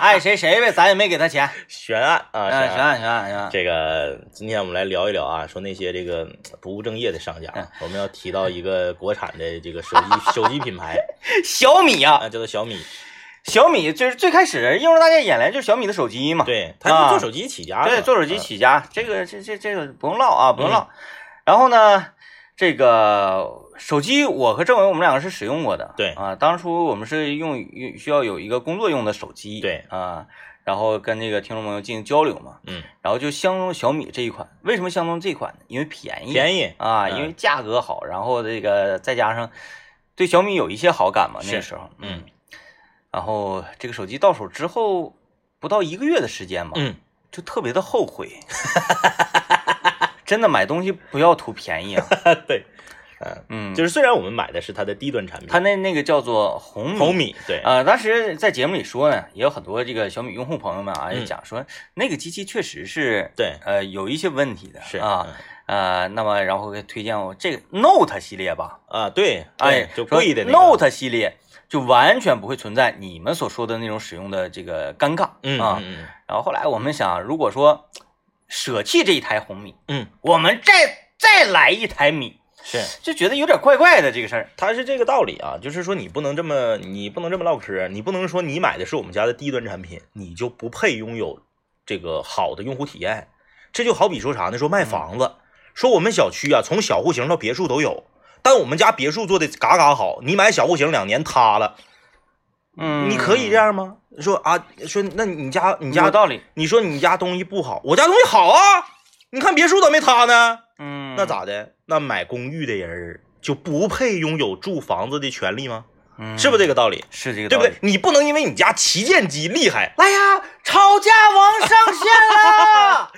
Speaker 1: 爱谁谁呗，咱也没给他钱，
Speaker 2: 悬案啊，
Speaker 1: 嗯，
Speaker 2: 悬
Speaker 1: 行
Speaker 2: 案。
Speaker 1: 啊行啊行啊，
Speaker 2: 这个今天我们来聊一聊啊，说那些这个嗯不务正业的商家啊
Speaker 1: 嗯，
Speaker 2: 我们要提到一个国产的这个手机手机品
Speaker 1: (laughs)
Speaker 2: 牌
Speaker 1: 小米啊，
Speaker 2: 啊，叫做小米。
Speaker 1: 小米就是最开始映入大家眼帘就是小米的手机嘛，
Speaker 2: 对，它是做
Speaker 1: 啊
Speaker 2: 手机起家的嘛，
Speaker 1: 对，做手机
Speaker 2: 嗯
Speaker 1: 起家，这个这这这个不用唠啊，不用唠。然后呢，这个手机我和郑伟我们两个是使用过的，
Speaker 2: 对
Speaker 1: 啊，当初我们是用用需要有一个工作用的手机，
Speaker 2: 对
Speaker 1: 啊，然后跟那个听众朋友进行交流嘛，
Speaker 2: 嗯，
Speaker 1: 然后就相中小米这一款，为什么相中这款呢？因为便宜，宜
Speaker 2: 便宜
Speaker 1: 啊，
Speaker 2: 嗯
Speaker 1: 因为价格好，然后这个再加上对小米有一些好感嘛，那个
Speaker 2: 是
Speaker 1: 时候，
Speaker 2: 嗯，
Speaker 1: 然后这个手机到手之后不到一个月的时间嘛，
Speaker 2: 嗯，
Speaker 1: 就特别的后悔。 (laughs) 真的买东西不要图便
Speaker 2: (laughs)
Speaker 1: 宜啊！
Speaker 2: 对，嗯，
Speaker 1: 嗯，
Speaker 2: 就是虽然我们买的是它的低端产品，
Speaker 1: 他那那个叫做红米，
Speaker 2: 红米对，
Speaker 1: 啊、当时在节目里说呢，也有很多这个小米用户朋友们啊，也
Speaker 2: 嗯
Speaker 1: 讲说、那个机器确实是
Speaker 2: 对
Speaker 1: 呃有一些问题的，
Speaker 2: 是嗯
Speaker 1: 啊，呃，那么然后给推荐我这个 Note 系列吧，
Speaker 2: 啊，对，
Speaker 1: 哎，
Speaker 2: 对就
Speaker 1: 说
Speaker 2: 贵的那个
Speaker 1: Note 系列就完全不会存在你们所说的那种使用的这个尴尬，
Speaker 2: 嗯
Speaker 1: 啊，
Speaker 2: 嗯
Speaker 1: 然后后来我们想，如果说舍弃这一台红米，
Speaker 2: 嗯，
Speaker 1: 我们再再来一台米，
Speaker 2: 是，
Speaker 1: 就觉得有点怪怪的这个事儿。
Speaker 2: 它是这个道理啊，就是说你不能这么，你不能这么唠嗑，你不能说你买的是我们家的低端产品，你就不配拥有这个好的用户体验。这就好比说啥呢？说卖房
Speaker 1: 嗯
Speaker 2: 子，说我们小区啊，从小户型到别墅都有，但我们家别墅做的嘎嘎好，你买小户型两年塌了，
Speaker 1: 嗯
Speaker 2: 你可以这，样吗？说啊，说那你家你
Speaker 1: 你
Speaker 2: 家
Speaker 1: 有道理。
Speaker 2: 你说你家东西不好，我家东西好啊，你看别墅咋没塌呢？
Speaker 1: 嗯，
Speaker 2: 那？咋的？那买公寓的人儿就不配拥有住房子的权利吗？
Speaker 1: 嗯、
Speaker 2: 是不是这个道理？
Speaker 1: 是这个
Speaker 2: 对
Speaker 1: 道
Speaker 2: 不
Speaker 1: 理？
Speaker 2: 对？你不能因为你家旗舰机厉害，
Speaker 1: 哎呀，吵架王上线了！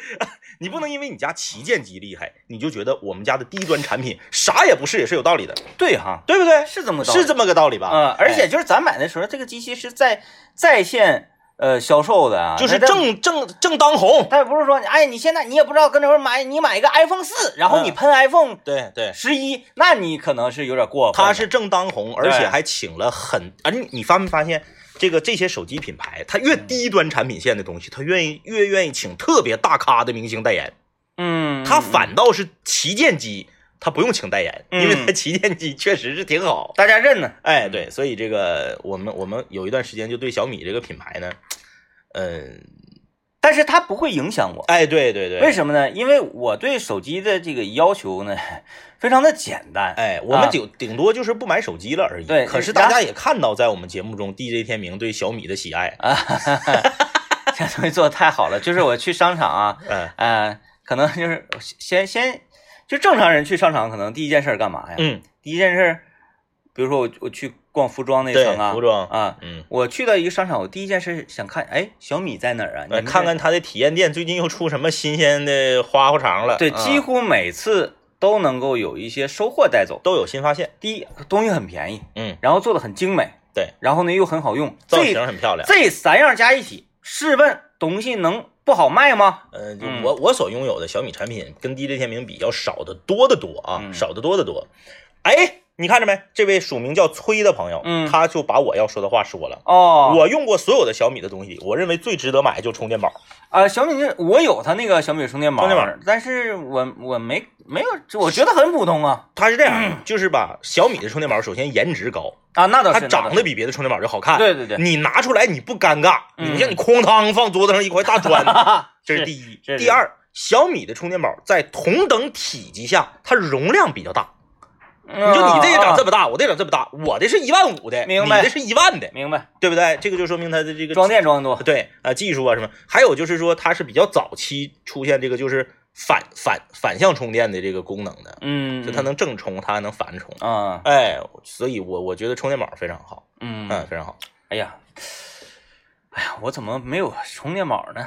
Speaker 2: 你不能因为你家旗舰机厉害，你就觉得我们家的低端产品啥也不是，也是有道理的，
Speaker 1: 对哈，
Speaker 2: (laughs) 对不对？
Speaker 1: 是这么道理，
Speaker 2: 是这么个道理吧？
Speaker 1: 嗯、而且
Speaker 2: 哎
Speaker 1: 就是咱买的时候，这个机器是在在线呃销售的啊，
Speaker 2: 就是
Speaker 1: 它它
Speaker 2: 正正正当红，
Speaker 1: 它也不是说，哎，你现在你也不知道跟这会儿买，你买一个 iPhone 四，然后你
Speaker 2: 嗯
Speaker 1: 喷 iPhone
Speaker 2: 对对。
Speaker 1: 十一，那你可能是有点过分了。
Speaker 2: 它是正当红，而且
Speaker 1: 对
Speaker 2: 还请了很啊，你你发没发现这个这些手机品牌，它
Speaker 1: 嗯
Speaker 2: 越低端产品线的东西，它愿意越愿意请特别大咖的明星代言，
Speaker 1: 嗯，
Speaker 2: 它反倒是旗舰机他不用请代言，
Speaker 1: 嗯嗯
Speaker 2: 因为他旗舰机确实是挺好。
Speaker 1: 大家认呢。
Speaker 2: 哎，对，所以这个我们我们有一段时间就对小米这个品牌呢，嗯，
Speaker 1: 但是它不会影响我，
Speaker 2: 哎，对对对，
Speaker 1: 为什么呢？因为我对手机的这个要求呢，非常的简单。
Speaker 2: 哎，我
Speaker 1: 啊
Speaker 2: 们顶顶多就是不买手机了而已。
Speaker 1: 对
Speaker 2: 可是大家也看到，在我们节目中，DJ 天明对小米的喜
Speaker 1: 啊
Speaker 2: 爱。
Speaker 1: 这东西做的太好了，就是我去商场啊，
Speaker 2: 嗯
Speaker 1: 呃，可能就是先先就正常人去商场，可能第一件事儿干嘛呀？
Speaker 2: 嗯，
Speaker 1: 第一件事儿，比如说我我去逛服装那
Speaker 2: 对
Speaker 1: 层啊，，
Speaker 2: 服装，
Speaker 1: 啊，
Speaker 2: 嗯，
Speaker 1: 我去到一个商场，我第一件事想看，哎，小米在哪儿啊？你
Speaker 2: 呃
Speaker 1: 们
Speaker 2: 看
Speaker 1: 这
Speaker 2: 看他的体验店最近又出什么新鲜的花花肠了。
Speaker 1: 对，
Speaker 2: 啊
Speaker 1: 几乎每次都能够有一些收获带走。
Speaker 2: 都有新发现。
Speaker 1: 第一，东西很便宜，
Speaker 2: 嗯，
Speaker 1: 然后做的很精美，
Speaker 2: 对，
Speaker 1: 然后呢又很好用，
Speaker 2: 造
Speaker 1: 这
Speaker 2: 型很漂亮。
Speaker 1: 这三样加一起，试问东西能不好卖吗？
Speaker 2: 呃，就
Speaker 1: 嗯
Speaker 2: 我我所拥有的小米产品跟 DJ 天明比要少的多得多啊，
Speaker 1: 嗯
Speaker 2: 少得多得多。哎，你看着没？这位署名叫崔的朋友，
Speaker 1: 嗯
Speaker 2: 他就把我要说的话说了。
Speaker 1: 哦，
Speaker 2: 我用过所有的小米的东西，我认为最值得买就充电宝。
Speaker 1: 啊、小米这我有它那个小米充电宝，
Speaker 2: 充电宝，
Speaker 1: 但是我我没没有，我觉得很普通啊
Speaker 2: 它是这样，就是吧，小米的充电宝首先颜值高，
Speaker 1: 啊，那倒
Speaker 2: 它
Speaker 1: 是
Speaker 2: 长得比别的充电宝就好看。
Speaker 1: 对对对
Speaker 2: 你拿出来你不尴尬，你
Speaker 1: 嗯
Speaker 2: 不像你哐当放桌子上一块大砖，
Speaker 1: 啊，
Speaker 2: (laughs) 这是第一
Speaker 1: 是。是
Speaker 2: 第二，小米的充电宝在同等体积下，它容量比较大。
Speaker 1: 你
Speaker 2: 你就你这也长这
Speaker 1: 么、
Speaker 2: 么大，我这也长这么大，我的是一万五的，
Speaker 1: 嗯明白
Speaker 2: 你的是一万的，
Speaker 1: 啊明白，
Speaker 2: 对不对？这个就说明它的这个
Speaker 1: 装电装的多，
Speaker 2: 对啊、技术啊什么，还有就是说它是比较早期出现这个就是反反反向充电的这个功能的，
Speaker 1: 嗯，
Speaker 2: 就它能正充，它还能反充。
Speaker 1: 啊，
Speaker 2: 哎，所以我我觉得充电宝非常好，
Speaker 1: 嗯，
Speaker 2: 嗯，非常好。
Speaker 1: 哎呀，哎呀，我怎么没有充电宝呢？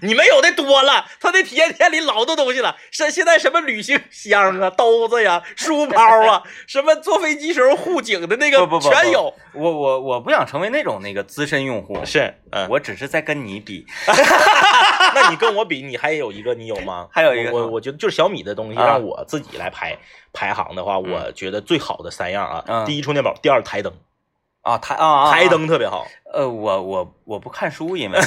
Speaker 2: 你们有的多了，他那体验店里老多东西了，是现在什么旅行箱 (laughs) 啊、兜子呀、书包 (laughs) 啊，什么坐飞机时候护颈的那个
Speaker 1: 不不不，
Speaker 2: 全
Speaker 1: 不
Speaker 2: 有。。
Speaker 1: 我我我不想成为那种那个资深用户，
Speaker 2: 是，嗯，
Speaker 1: 我只是在跟你比。
Speaker 2: 那你跟我比，你 (laughs) 还有一个，你嗯有吗？
Speaker 1: 还有一个
Speaker 2: 我
Speaker 1: 是
Speaker 2: 我
Speaker 1: 吗
Speaker 2: 我觉得就是小米的东西，
Speaker 1: 啊
Speaker 2: 让我自己来排排行的话，我觉得最好的三样啊
Speaker 1: 嗯，
Speaker 2: 第一充电宝，第二台灯，
Speaker 1: 啊，台啊，啊
Speaker 2: 台，灯特别好。
Speaker 1: 呃，我我我不看书，因为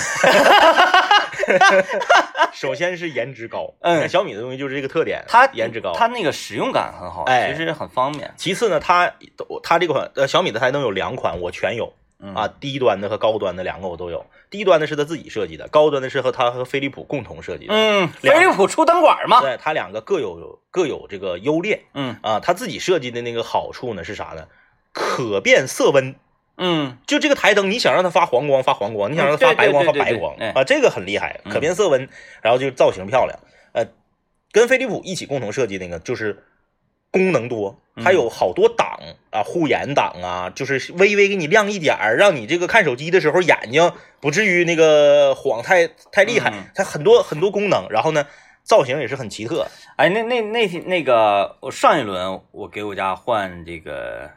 Speaker 2: 首先是颜值高，
Speaker 1: 嗯
Speaker 2: 你看小米的东西就是这个特点，
Speaker 1: 它
Speaker 2: (laughs) 颜值高，
Speaker 1: 它那个使用感很好，
Speaker 2: 哎
Speaker 1: 其实很方便。
Speaker 2: 其次呢，它它这款呃小米的台灯有两款，我全有
Speaker 1: 嗯
Speaker 2: 啊，低端的和高端的两个我都有。低端的是他自己设计的，高端的是和他和飞利浦共同设计的。
Speaker 1: 嗯，啊
Speaker 2: 两
Speaker 1: 飞利浦出灯管嘛，
Speaker 2: 对，它两个各有各有这个优劣
Speaker 1: 嗯
Speaker 2: 啊。他自己设计的那个好处呢是啥呢？可变色温。
Speaker 1: 嗯
Speaker 2: 就这个台灯，你想让它发黄光发黄光，你想让它发白光
Speaker 1: 嗯对
Speaker 2: 发
Speaker 1: 对对
Speaker 2: 白
Speaker 1: 对
Speaker 2: 光
Speaker 1: 对哎
Speaker 2: 啊，这个很厉害，
Speaker 1: 嗯
Speaker 2: 可变色温，然后就是造型漂亮。呃，跟飞利浦一起共同设计那个就是功能多，它有好多档啊，护眼档啊，就是微微给你亮一点儿，让你这个看手机的时候眼睛不至于那个晃太太厉害
Speaker 1: 嗯。
Speaker 2: 它很多很多功能，然后呢，造型也是很奇特。
Speaker 1: 哎，那那那天那个，我上一轮我给我家换这个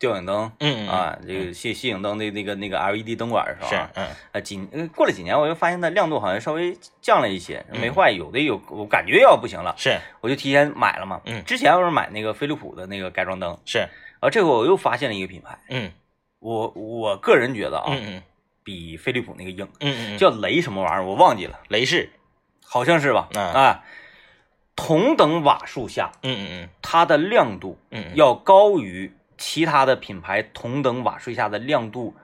Speaker 1: 吊顶灯。
Speaker 2: 嗯
Speaker 1: 啊，这个吸吸影灯的那个那个 LED 灯管是吧？
Speaker 2: 是嗯
Speaker 1: 呃，几呃过了几年，我又发现它亮度好像稍微降了一些，
Speaker 2: 嗯
Speaker 1: 没坏，有的有我感觉要不行了，
Speaker 2: 是
Speaker 1: 我就提前买了嘛。
Speaker 2: 嗯
Speaker 1: 之前我是买那个飞利浦的那个改装灯，
Speaker 2: 是
Speaker 1: 然后这回我又发现了一个品牌，
Speaker 2: 嗯
Speaker 1: 我我个人觉得啊，
Speaker 2: 嗯嗯
Speaker 1: 比飞利浦那个硬，
Speaker 2: 嗯嗯嗯，
Speaker 1: 叫雷什么玩意儿我忘记了，
Speaker 2: 雷士，
Speaker 1: 好像是吧？
Speaker 2: 嗯
Speaker 1: 啊，同等瓦数下，
Speaker 2: 嗯嗯嗯
Speaker 1: 它的亮度
Speaker 2: 嗯嗯，
Speaker 1: 要高于其他的品牌同等瓦数下的亮度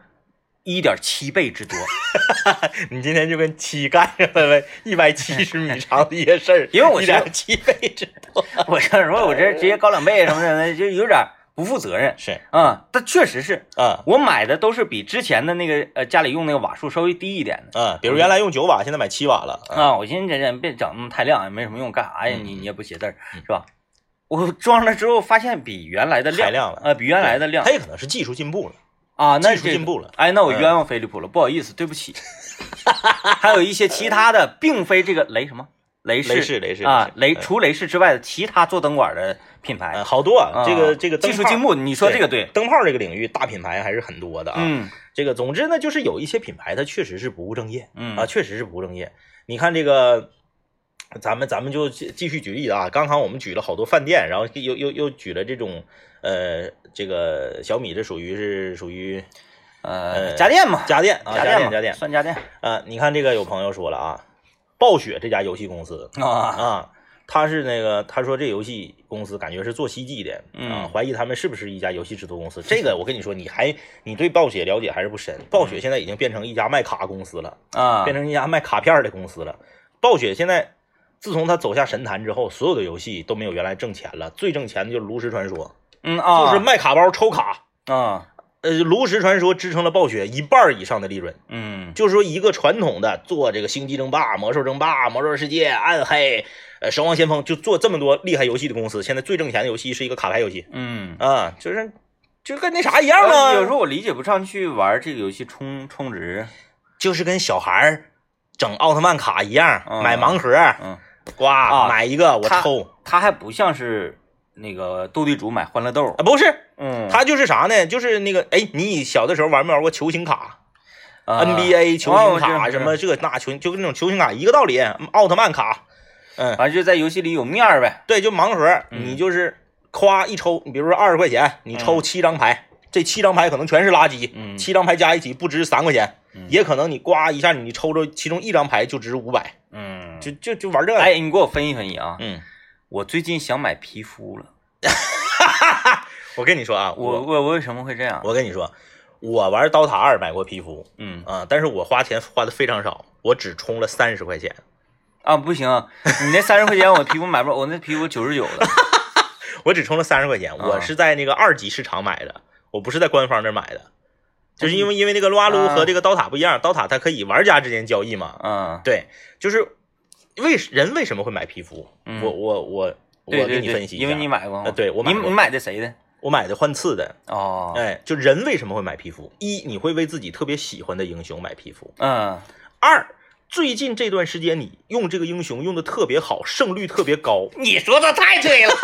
Speaker 1: 一点七倍之多。 (laughs)
Speaker 2: (laughs) 你今天就跟七干上了 (laughs) 呗，一百七十米长的一些事 (laughs) 儿，
Speaker 1: 因为我
Speaker 2: 一
Speaker 1: 觉得
Speaker 2: 点七倍之多。
Speaker 1: 我这什么，我这直接高两倍什么的，就有点不负责任。
Speaker 2: (laughs) 是
Speaker 1: 啊、但确实是
Speaker 2: 啊
Speaker 1: 我买的都是比之前的那个呃家里用那个瓦数稍微低一点的。
Speaker 2: 啊，比如原来用九瓦，现在买七瓦了。啊
Speaker 1: 啊，我寻思这这别整那么太亮，也没什么用，干啥呀？
Speaker 2: 嗯
Speaker 1: 你你也不写字儿是吧？我装了之后发现比原来的亮
Speaker 2: 还亮了
Speaker 1: 呃，比原来的亮
Speaker 2: 它也可能是技术进步了。
Speaker 1: 啊，那
Speaker 2: 技术
Speaker 1: 这
Speaker 2: 进
Speaker 1: 个
Speaker 2: 步了
Speaker 1: 哎，那我
Speaker 2: 嗯
Speaker 1: 冤枉飞利浦了，不好意思，对不起。 (laughs) 还有一些其他的，并非这个雷什么雷士
Speaker 2: 雷士雷士
Speaker 1: 啊，
Speaker 2: 雷
Speaker 1: 雷
Speaker 2: 士嗯
Speaker 1: 除雷士之外的其他做灯管的品牌
Speaker 2: 嗯，，好多啊
Speaker 1: 啊
Speaker 2: 这个这个灯
Speaker 1: 技术
Speaker 2: 泡
Speaker 1: 进，步，你说这个对，
Speaker 2: 灯泡这个领域大品牌还是很多的啊。
Speaker 1: 嗯
Speaker 2: 这个总之呢，就是有一些品牌它确实是不务正业
Speaker 1: 嗯
Speaker 2: 啊，确实是不务正业。你看这个。咱们咱们就继继续举例子啊，刚刚我们举了好多饭店，然后又又又举了这种，呃，这个小米这属于是属于
Speaker 1: 呃
Speaker 2: 呃
Speaker 1: 家电嘛，
Speaker 2: 家电啊，
Speaker 1: 家
Speaker 2: 家
Speaker 1: 嘛，
Speaker 2: 电家电。
Speaker 1: 算家电
Speaker 2: 呃，你看这个有朋友说了啊，暴雪这家游戏公司
Speaker 1: 啊
Speaker 2: 啊，他是那个，他说这游戏公司感觉是做希冀的，
Speaker 1: 嗯
Speaker 2: 啊，怀疑他们是不是一家游戏制作公司。这个我跟你说，你还你对暴雪了解还是不深。暴雪现在已经变成一家卖卡公司了，
Speaker 1: 啊，
Speaker 2: 变成一家卖卡片的公司了。暴雪现在自从他走下神坛之后，所有的游戏都没有原来挣钱了，最挣钱的就是炉石传说，
Speaker 1: 嗯啊，
Speaker 2: 就是卖卡包抽卡。
Speaker 1: 啊，
Speaker 2: 呃，炉石传说支撑了暴雪一半儿以上的利润。
Speaker 1: 嗯
Speaker 2: 就是说一个传统的做这个星际争霸、魔兽争霸、魔兽世界、暗黑、呃守望先锋，就做这么多厉害游戏的公司，现在最挣钱的游戏是一个卡牌游戏
Speaker 1: 嗯。
Speaker 2: 啊，就是就跟那啥一样
Speaker 1: 呃
Speaker 2: 啊，
Speaker 1: 有时候我理解不上去玩这个游戏充充值，
Speaker 2: 就是跟小孩儿整奥特曼卡一样，
Speaker 1: 嗯
Speaker 2: 买盲盒，
Speaker 1: 嗯，
Speaker 2: 呱、
Speaker 1: 啊
Speaker 2: 买一个我
Speaker 1: 他
Speaker 2: 抽
Speaker 1: 它还不像是那个斗地主买欢乐豆
Speaker 2: 啊，，不是，
Speaker 1: 嗯
Speaker 2: 他就是啥呢？就是那个哎，你小的时候玩没玩过球星卡、
Speaker 1: 啊
Speaker 2: NBA 球
Speaker 1: 哦
Speaker 2: 星
Speaker 1: 我知道
Speaker 2: 卡
Speaker 1: 知
Speaker 2: 什
Speaker 1: 道
Speaker 2: 么这那球，就跟那种球星卡一个道理，奥特曼卡，嗯。
Speaker 1: (laughs) 反正就在游戏里有面儿呗。
Speaker 2: 对，就盲盒，
Speaker 1: 嗯
Speaker 2: 你就是夸一抽，你比如说二十块钱，你抽七张牌，这七张牌可能全是垃圾，
Speaker 1: 嗯
Speaker 2: 七张牌加一起不值三块钱，
Speaker 1: 嗯
Speaker 2: 也可能你呱一下你抽着其中一张牌就值五百，
Speaker 1: 嗯
Speaker 2: 就就就玩这个。
Speaker 1: 哎，你给我分析分析啊！
Speaker 2: 嗯，
Speaker 1: 我最近想买皮肤了，
Speaker 2: 我跟你说啊，
Speaker 1: 我
Speaker 2: 我
Speaker 1: 我我为什么会这样？
Speaker 2: 我跟你说，我玩刀塔二买过皮肤
Speaker 1: 嗯
Speaker 2: 啊、但是我花钱花的非常少，我只充了三十块钱，
Speaker 1: 啊，不行，你那三十块钱我皮肤买不着，我那皮肤九十九的。
Speaker 2: 我只充了三十块钱，
Speaker 1: 啊
Speaker 2: 我是在那个二级市场买的，我不是在官方那儿买的，就是因为因为那个撸啊撸和这个刀塔不一样，刀塔它可以玩家之间交易嘛，
Speaker 1: (laughs) 嗯
Speaker 2: 对，就是为人为什么会买皮肤？
Speaker 1: 嗯
Speaker 2: 我我我
Speaker 1: 对对
Speaker 2: 我给你
Speaker 1: 对
Speaker 2: 分析一下，
Speaker 1: 因为你买过吗
Speaker 2: 呃？对我买
Speaker 1: 你
Speaker 2: 过
Speaker 1: 你买的谁的？
Speaker 2: 我买的换次的，
Speaker 1: 哦，
Speaker 2: 哎，就人为什么会买皮肤？一，你会为自己特别喜欢的英雄买皮肤；
Speaker 1: 嗯
Speaker 2: 二，最近这段时间你用这个英雄用的特别好，胜率特别高，
Speaker 1: 你说的太对了。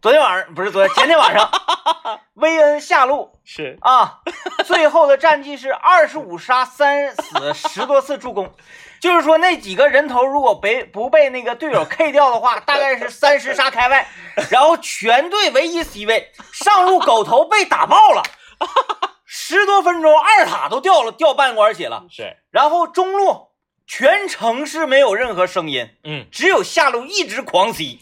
Speaker 1: 昨天晚上不是昨天，前天晚
Speaker 2: (laughs)
Speaker 1: 上，薇恩下路
Speaker 2: 是
Speaker 1: 啊， (laughs) 最后的战绩是二十五杀三死十多次助攻，就是说那几个人头如果被不被那个队友 K 掉的话，大概是三十杀开外，然后全队唯一 C 位上路狗头被打爆了，十多分钟二塔都掉了掉半管血了，
Speaker 2: 是，
Speaker 1: 然后中路全程是没有任何声音，
Speaker 2: 嗯。
Speaker 1: 只有下路一直狂 C。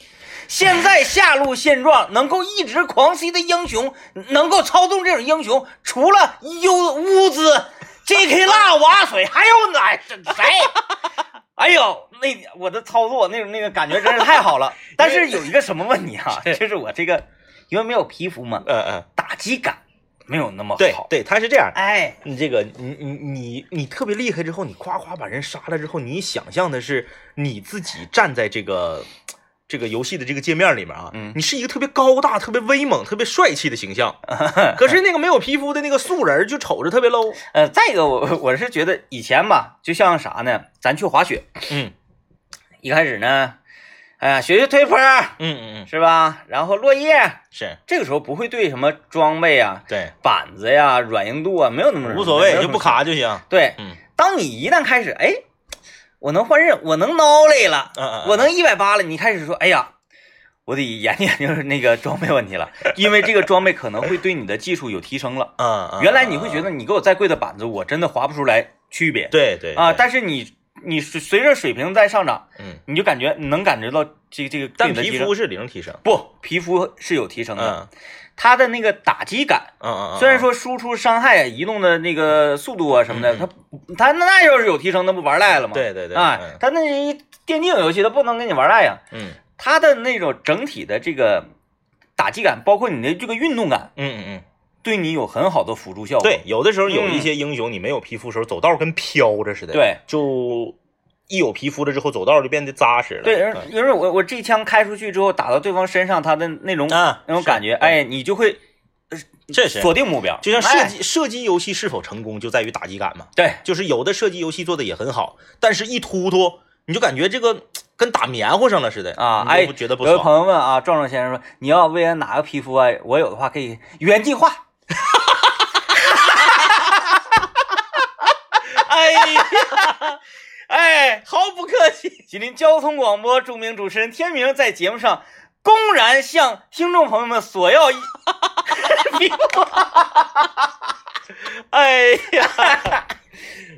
Speaker 1: 现在下路现状能够一直狂 C 的英雄，能够操纵这种英雄，除了优乌兹、J.K. 辣瓦水，还有哪谁？哎呦，那我的操作那种那个感觉真是太好了。但是有一个什么问题啊，就是我这个因为没有皮肤嘛，
Speaker 2: 嗯嗯，
Speaker 1: 打击感没有那么
Speaker 2: 对
Speaker 1: 好。
Speaker 2: 对，他是这样，
Speaker 1: 哎，
Speaker 2: 你这个，你你你你特别厉害之后，你夸夸把人杀了之后，你想象的是你自己站在这个这个游戏的这个界面里面啊，
Speaker 1: 嗯
Speaker 2: 你是一个特别高大、特别威猛、特别帅气的形 (laughs) 象，可是那个没有皮肤的那个素人就瞅着特别 (laughs) low。
Speaker 1: 呃，再一个我我是觉得以前吧，就像啥呢，咱去滑雪，
Speaker 2: 嗯
Speaker 1: 一开始呢，哎、呀，学学推坡
Speaker 2: 嗯嗯嗯，
Speaker 1: 是吧？然后落叶，
Speaker 2: 是
Speaker 1: 这个时候不会对什么装备啊、
Speaker 2: 对，
Speaker 1: 板子呀、软硬度啊没有那么
Speaker 2: 无所谓，
Speaker 1: 没有那
Speaker 2: 就
Speaker 1: 么
Speaker 2: 不卡就行。
Speaker 1: 对，
Speaker 2: 嗯
Speaker 1: 当你一旦开始，哎，我能换刃，我能 knowledge 了，
Speaker 2: 嗯嗯，
Speaker 1: 我能一百八了，你开始说，哎呀。我得研究研究那个装备问题了，因为这个装备可能会对你的技术有提升了。
Speaker 2: 嗯嗯，
Speaker 1: 原来你会觉
Speaker 2: 得
Speaker 1: 得你给我再贵的板子，我真的划不出来区别
Speaker 2: 对对
Speaker 1: 啊。
Speaker 2: 对
Speaker 1: 但是你你随随着水平在上涨，
Speaker 2: 嗯，
Speaker 1: 你就感觉你能感觉到这个这个对
Speaker 2: 但
Speaker 1: 你的
Speaker 2: 皮
Speaker 1: 提升
Speaker 2: 肤是零提升。
Speaker 1: 不皮肤是有提升的，
Speaker 2: 嗯
Speaker 1: 它的那个打击感，
Speaker 2: 嗯嗯嗯，
Speaker 1: 虽然说输出伤害啊、移动的那个速度啊什么的，
Speaker 2: 嗯
Speaker 1: 它它那要是有提升，那不玩赖了吗？
Speaker 2: 对对对
Speaker 1: 啊
Speaker 2: 嗯，
Speaker 1: 它那一电竞游戏它不能跟你玩赖呀，
Speaker 2: 嗯
Speaker 1: 它的那种整体的这个打击感，包括你的这个运动感，
Speaker 2: 嗯嗯嗯。
Speaker 1: 对你有很好的辅助效果。
Speaker 2: 对，有的时候有
Speaker 1: 嗯
Speaker 2: 一些英雄，你没有皮肤的时候，走道跟飘着似的。
Speaker 1: 对，
Speaker 2: 就一有皮肤了之后，走道就变得扎实了。
Speaker 1: 对，啊
Speaker 2: 嗯
Speaker 1: 因为我我这一枪开出去之后，打到对方身上，它的那种
Speaker 2: 啊，
Speaker 1: 那种感觉，
Speaker 2: 是，
Speaker 1: 哎，你就会
Speaker 2: 这是
Speaker 1: 锁定目标，
Speaker 2: 就像射
Speaker 1: 哎
Speaker 2: 击射击游戏是否成功，就在于打击感嘛。
Speaker 1: 对。
Speaker 2: 就是有的射击游戏做的也很好，但是一突突你就感觉这个跟打棉花上了似的
Speaker 1: 啊，
Speaker 2: 你就
Speaker 1: 哎，
Speaker 2: 不觉得不
Speaker 1: 有位
Speaker 2: 爽。
Speaker 1: 朋友问啊，壮壮先生说你要薇恩哪个皮肤啊？我有的话可以原计划。 (laughs) 哎呀，哎，毫不客气。吉林交通广播著名主持人天明在节目上公然向听众朋友们索要一皮肤。 (laughs)
Speaker 2: 哎呀，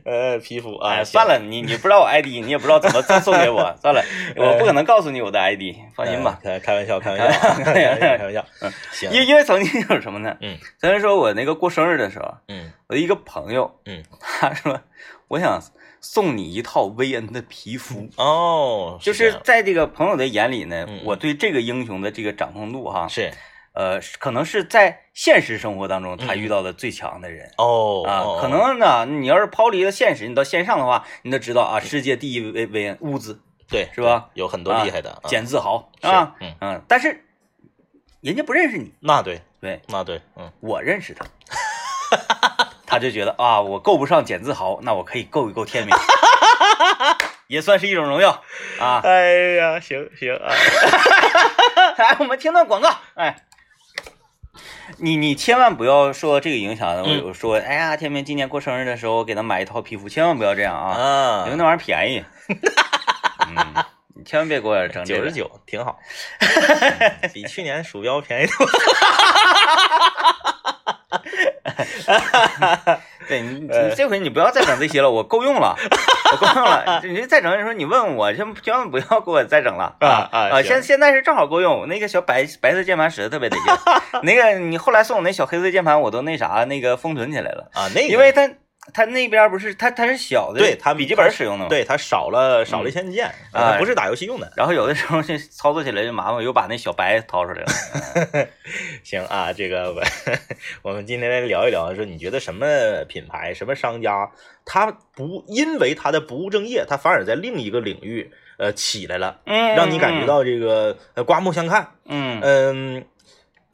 Speaker 2: 呃，皮肤啊，
Speaker 1: 哎，
Speaker 2: 行
Speaker 1: 算，了，你你不知道我 ID，你也不知道怎么赠送给我，算
Speaker 2: (laughs)
Speaker 1: 了，
Speaker 2: 哎
Speaker 1: 我不可能告诉你我的 ID，放心吧。嗯
Speaker 2: 呃开开玩
Speaker 1: (laughs)
Speaker 2: 笑，开玩笑，开玩笑，开玩笑，行，
Speaker 1: 因因为曾经有什么呢？
Speaker 2: 嗯
Speaker 1: 曾经说我那个过生日的时候，
Speaker 2: 嗯
Speaker 1: 我的一个朋友，
Speaker 2: 嗯，
Speaker 1: (laughs) 他说我想送你一套薇恩的皮肤，
Speaker 2: 哦，
Speaker 1: 就
Speaker 2: 嗯这
Speaker 1: 是
Speaker 2: 样
Speaker 1: 在这个朋友的眼里呢
Speaker 2: 嗯，
Speaker 1: 我对这个英雄的这个掌控度哈，
Speaker 2: 是
Speaker 1: 呃，可能是在现实生活当中他
Speaker 2: 嗯
Speaker 1: 遇到的最强的人。
Speaker 2: 哦，
Speaker 1: 啊
Speaker 2: 哦，
Speaker 1: 可能呢，你要是抛离了现实，你到线上的话，你都知道啊，世界第一薇薇恩乌兹
Speaker 2: 嗯对，
Speaker 1: 是吧？
Speaker 2: 有很多厉害的，啊
Speaker 1: 简自豪
Speaker 2: 是
Speaker 1: 啊，
Speaker 2: 嗯
Speaker 1: 嗯，但是人家不认识你，
Speaker 2: 那对，
Speaker 1: 对
Speaker 2: 那对，嗯，
Speaker 1: 我认识他，他就觉得啊，我够不上简自豪，那我可以够一够天明，也算是一种荣耀啊。 (laughs)
Speaker 2: 哎呀，行行啊，
Speaker 1: 来，我们听段广告，哎。你你千万不要说这个影响我，
Speaker 2: 嗯
Speaker 1: 我说，哎呀，天明今年过生日的时候，我给他买一套皮肤，千万不要这样啊，
Speaker 2: 啊
Speaker 1: 因为那玩意儿便宜。
Speaker 2: (laughs)
Speaker 1: 嗯，你千万别给我整这
Speaker 2: 九
Speaker 1: 个
Speaker 2: 十。九
Speaker 1: (laughs)
Speaker 2: 挺好，比去年鼠标便宜多。
Speaker 1: (laughs) 对你，
Speaker 2: 哎
Speaker 1: 你这回你不要再整这些了，我够用了，我够用了。你再整，你说你问我，千千万不要给我再整了
Speaker 2: 啊啊
Speaker 1: 啊！
Speaker 2: 行
Speaker 1: 现现在是正好够用，我那个小白白色键盘使的特别得
Speaker 2: (laughs)
Speaker 1: 劲。那个你后来送我那小黑色键盘，我都那啥那个封存起来了，
Speaker 2: 啊，那个
Speaker 1: 因为它它那边不是它它是小的，
Speaker 2: 对它
Speaker 1: 笔记本使用的嘛。。
Speaker 2: 对它少了少了一千键，啊，
Speaker 1: 哎
Speaker 2: 它不是打游戏用的。
Speaker 1: 然后有的时候这操作起来就麻烦，又把那小白掏出来了。
Speaker 2: 行啊，这个我 (laughs) 我们今天来聊一聊，说你觉得什么品牌、什么商家，他不因为他的不务正业，他反而在另一个领域呃起来了，
Speaker 1: 嗯，
Speaker 2: 让你感觉到这个呃刮目相看。
Speaker 1: 嗯，嗯，
Speaker 2: 嗯，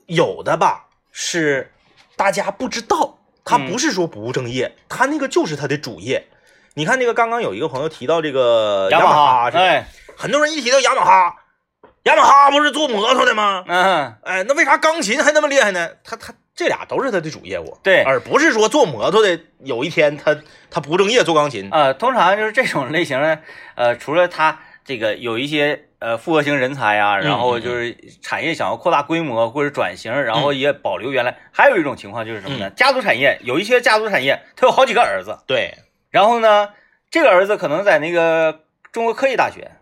Speaker 2: 有的吧是大家不知道，他
Speaker 1: 嗯
Speaker 2: 不是说不务正业，他那个就是他的主业。你看这个，刚刚有一个朋友提到这个雅
Speaker 1: 雅
Speaker 2: 哈
Speaker 1: 嗯哈，
Speaker 2: 是吧？
Speaker 1: 哎，
Speaker 2: 很多人一提到雅马哈，雅马哈不是做摩托的吗？
Speaker 1: 嗯，
Speaker 2: 哎，那为啥钢琴还那么厉害呢？他他这俩都是他的主业务，
Speaker 1: 对
Speaker 2: 而不是说做摩托的有一天他他不务正业做钢琴，
Speaker 1: 呃，通常就是这种类型的，呃，除了他这个有一些呃复合型人才啊，然
Speaker 2: 嗯
Speaker 1: 后就是产业想要扩大规模或者转型，然后也保留原来，还有一种情况就是什
Speaker 2: 嗯
Speaker 1: 么呢？家族产业有一些家族产业，他有好几个儿子，
Speaker 2: 对，
Speaker 1: 然后呢，这个儿子可能在那个中国科技大学，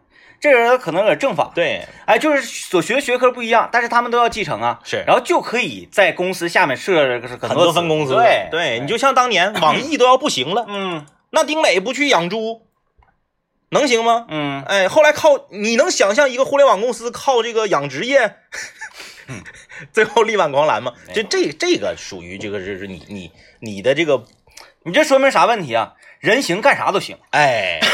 Speaker 1: 这个儿子可能在政法，
Speaker 2: 对，
Speaker 1: 哎，就是所学学科不一样，但是他们都要继承啊，
Speaker 2: 是
Speaker 1: 然后就可以在公司下面设很
Speaker 2: 很多分公司，
Speaker 1: 对
Speaker 2: 对，你就像当年网易都要不行了，
Speaker 1: 嗯
Speaker 2: 那丁磊不去养猪，能行吗？
Speaker 1: 嗯，
Speaker 2: 哎，后来靠你能想象一个互联网公司靠这个养殖业，最后力挽狂澜吗？
Speaker 1: 嗯没
Speaker 2: 这
Speaker 1: 有
Speaker 2: 这这个属于这个就是你你你的这个
Speaker 1: 你这说明啥问题啊？人行干啥都行，
Speaker 2: 哎， (laughs)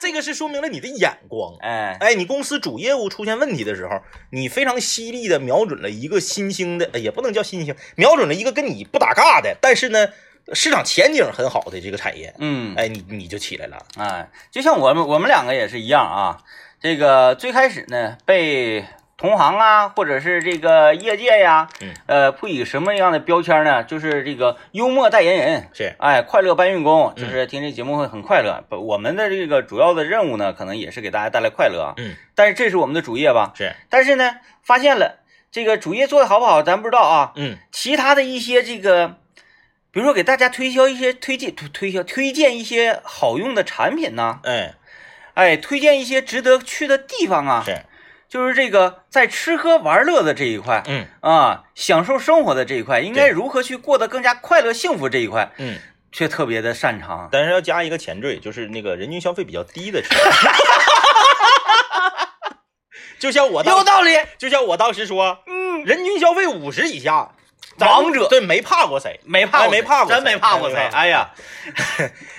Speaker 2: 这个是说明了你的眼光。
Speaker 1: 哎。
Speaker 2: 哎，你公司主业务出现问题的时候，你非常犀利的瞄准了一个新兴的，哎也不能叫新兴，瞄准了一个跟你不搭嘎的，但是呢，市场前景很好的这个产业，
Speaker 1: 嗯，
Speaker 2: 哎，你你就起来了。
Speaker 1: 哎，就像我们我们两个也是一样啊。这个最开始呢，被同行啊，或者是这个业界呀、
Speaker 2: 嗯
Speaker 1: 呃，赋予什么样的标签呢？就是这个幽默代言人，
Speaker 2: 是，
Speaker 1: 哎，快乐搬运工，
Speaker 2: 嗯
Speaker 1: 就是听这节目会很快乐。不我们的这个主要的任务呢，可能也是给大家带来快乐啊。
Speaker 2: 嗯，
Speaker 1: 但是这是我们的主业吧？
Speaker 2: 是，
Speaker 1: 但是呢，发现了这个主业做的好不好，咱不知道啊。
Speaker 2: 嗯
Speaker 1: 其他的一些这个，比如说给大家推销一些推荐推推销推荐一些好用的产品呐、
Speaker 2: 哎，
Speaker 1: 哎，推荐一些值得去的地方啊，
Speaker 2: 是，
Speaker 1: 就是这个在吃喝玩乐的这一块
Speaker 2: 嗯
Speaker 1: 啊，享受生活的这一块，应该
Speaker 2: 对
Speaker 1: 如何去过得更加快乐幸福这一块，
Speaker 2: 嗯，
Speaker 1: 却特别的擅长。
Speaker 2: 但是要加一个前缀，就是那个人均消费比较低的区域。就像我
Speaker 1: 有
Speaker 2: 当，
Speaker 1: 道理，
Speaker 2: 就像我当时说，
Speaker 1: 嗯，
Speaker 2: 人均消费五十以下，咱
Speaker 1: 王者
Speaker 2: 对，没怕过谁。
Speaker 1: 没怕
Speaker 2: 哎
Speaker 1: 过谁，
Speaker 2: 没怕过
Speaker 1: 真
Speaker 2: 谁
Speaker 1: 没怕过谁。
Speaker 2: 真没怕过
Speaker 1: 哎呀，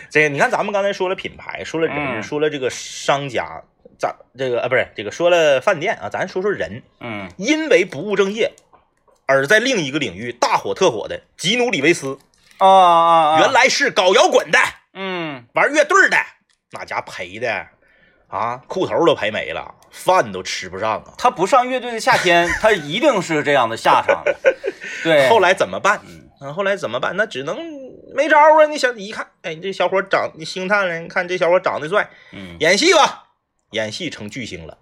Speaker 2: 这个你看，咱们刚才说了品牌，说了人，
Speaker 1: 嗯
Speaker 2: 说了这个商家，咱这个啊不是这个说了饭店啊，咱说说人，
Speaker 1: 嗯，
Speaker 2: 因为不务正业。而在另一个领域大火特火的吉努里维斯，
Speaker 1: 啊啊啊，
Speaker 2: 原，来是搞摇滚的，
Speaker 1: 嗯，
Speaker 2: 玩乐队的，那家赔的啊，裤头都赔没了，饭都吃不上啊。
Speaker 1: 他不上乐队的夏天，他一定是这样的下 (laughs) 场。对，
Speaker 2: 后来怎么办？嗯，后来怎么办？那只能没招啊！你想一看，哎，这小伙长，你星探了，你看这小伙长得帅，
Speaker 1: 嗯
Speaker 2: 演戏吧，演戏成巨星了。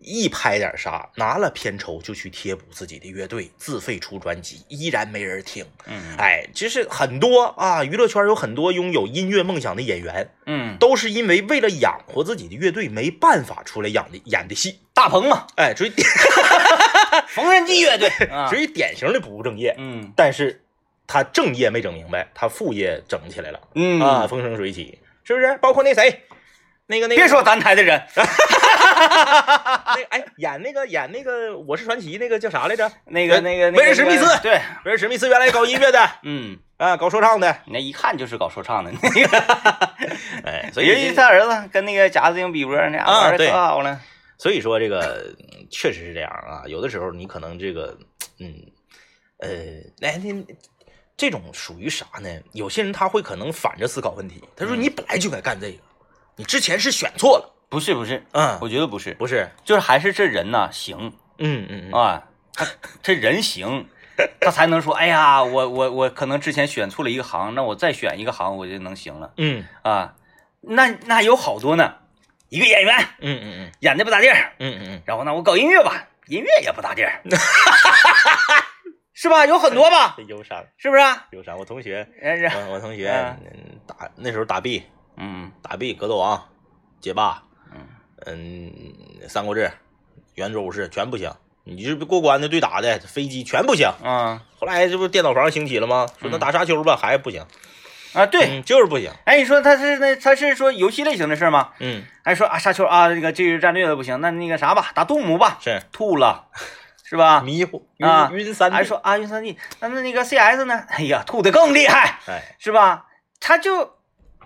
Speaker 2: 一拍点啥，拿了片酬就去贴补自己的乐队，自费出专辑，依然没人听。
Speaker 1: 嗯
Speaker 2: 哎，就是很多啊，娱乐圈有很多拥有音乐梦想的演员，
Speaker 1: 嗯，
Speaker 2: 都是因为为了养活自己的乐队，没办法出来养的演的戏。
Speaker 1: 大鹏嘛，
Speaker 2: 哎，属于典
Speaker 1: 缝纫机乐队，啊
Speaker 2: (laughs) 属于典型的不务正业。
Speaker 1: 嗯
Speaker 2: 但是他正业没整明白，他副业整起来了、
Speaker 1: 嗯
Speaker 2: 啊，，风生水起，是不是？包括那谁，那个那个，
Speaker 1: 别说咱台的人，
Speaker 2: 那个哎，演那个演那个《我是传奇》那个叫啥来着？
Speaker 1: 那个那个那个
Speaker 2: 威尔史密斯
Speaker 1: 那个对，
Speaker 2: 威尔史密斯原来搞音乐的
Speaker 1: 嗯，
Speaker 2: 啊，搞说唱的，
Speaker 1: 你那一看就是搞说唱的那个。 (laughs)
Speaker 2: 哎，
Speaker 1: 所
Speaker 2: 所
Speaker 1: 以
Speaker 2: 以
Speaker 1: 他儿子跟那个贾斯汀比伯那俩
Speaker 2: 啊
Speaker 1: 玩的
Speaker 2: 对
Speaker 1: 可好了。
Speaker 2: 所以说这个嗯确实是这样啊，有的时候你可能这个嗯呃，哎那。这种属于啥呢？有些人他会可能反着思考问题。他
Speaker 1: 嗯
Speaker 2: 说：“你本来就该干这个，你之前是选错了。
Speaker 1: 不是不是，”我
Speaker 2: 嗯，
Speaker 1: 觉得不是，
Speaker 2: 不是，
Speaker 1: 就是还是这人呐行
Speaker 2: 嗯嗯嗯，
Speaker 1: 啊，他这人 (laughs) 行，他才能说，哎呀，我我我可能之前选错了一个行，那我再选一个行我就能行了
Speaker 2: 嗯
Speaker 1: 啊。那那有好多呢，一个演员
Speaker 2: 嗯嗯嗯
Speaker 1: 演的不咋地儿，
Speaker 2: 嗯嗯
Speaker 1: 然后呢我搞音乐吧，音乐也不咋地儿，是吧？有很多吧，
Speaker 2: 嗯，忧伤
Speaker 1: 是不啊哎是？
Speaker 2: 忧伤。我同学，
Speaker 1: 然然
Speaker 2: 我我同学
Speaker 1: 嗯
Speaker 2: 嗯打那时候打 B
Speaker 1: 嗯
Speaker 2: 打 B 格斗王，街霸，
Speaker 1: 嗯
Speaker 2: 嗯，三国志、圆桌武士全不行。你这不过关的对打的飞机全不行。
Speaker 1: 啊
Speaker 2: 后来这不是电脑房兴起了吗？说那打沙丘吧，还不行，
Speaker 1: 啊对。
Speaker 2: 嗯，就是不行。
Speaker 1: 哎，你说他是那他是说游戏类型的事儿吗？
Speaker 2: 嗯，
Speaker 1: 还说啊沙丘啊，这个这个战略的不行，那那个啥吧，打动物吧，
Speaker 2: 是
Speaker 1: 吐了，是吧？
Speaker 2: 迷糊
Speaker 1: 啊
Speaker 2: 晕晕三
Speaker 1: 还
Speaker 2: 还
Speaker 1: 说啊晕三 D，那那那个 CS 呢？哎呀，吐的更厉害，
Speaker 2: 哎，
Speaker 1: 是吧？他就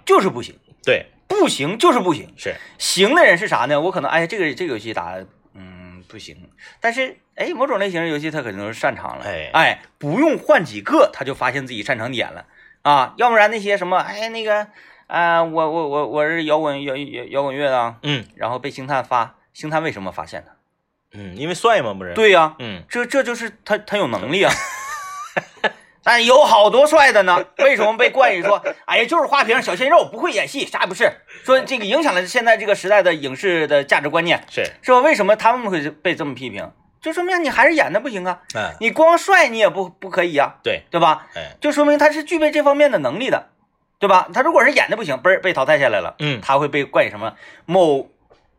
Speaker 1: 就是不行，
Speaker 2: 对，
Speaker 1: 不行就是不行。
Speaker 2: 是
Speaker 1: 行的人是啥呢？我可能哎呀，这个这个游戏打嗯不行，但是哎某种类型的游戏他可能是擅长了，
Speaker 2: 哎
Speaker 1: 哎不用换几个他就发现自己擅长点了啊，要不然那些什么哎那个啊、我我我我是摇滚摇摇摇滚乐的啊，
Speaker 2: 嗯
Speaker 1: 然后被星探发，星探为什么发现的？
Speaker 2: 嗯，因为帅嘛，不是？，
Speaker 1: 对呀、
Speaker 2: 嗯
Speaker 1: 这这就是他他有能力啊。 (laughs) 但有好多帅的呢，为什么被冠以说，哎呀，就是花瓶小鲜肉，不会演戏，啥也不是？说这个影响了现在这个时代的影视的价值观念，
Speaker 2: 是
Speaker 1: 是吧？为什么他们会被这么批评？就说明你还是演的不行啊，
Speaker 2: 嗯
Speaker 1: 你光帅你也不不可以啊，
Speaker 2: 对，
Speaker 1: 对吧？
Speaker 2: 哎
Speaker 1: 就说明他是具备这方面的能力的，对吧？他如果是演的不行，嘣儿被淘汰下来了，
Speaker 2: 嗯
Speaker 1: 他会被冠以什么某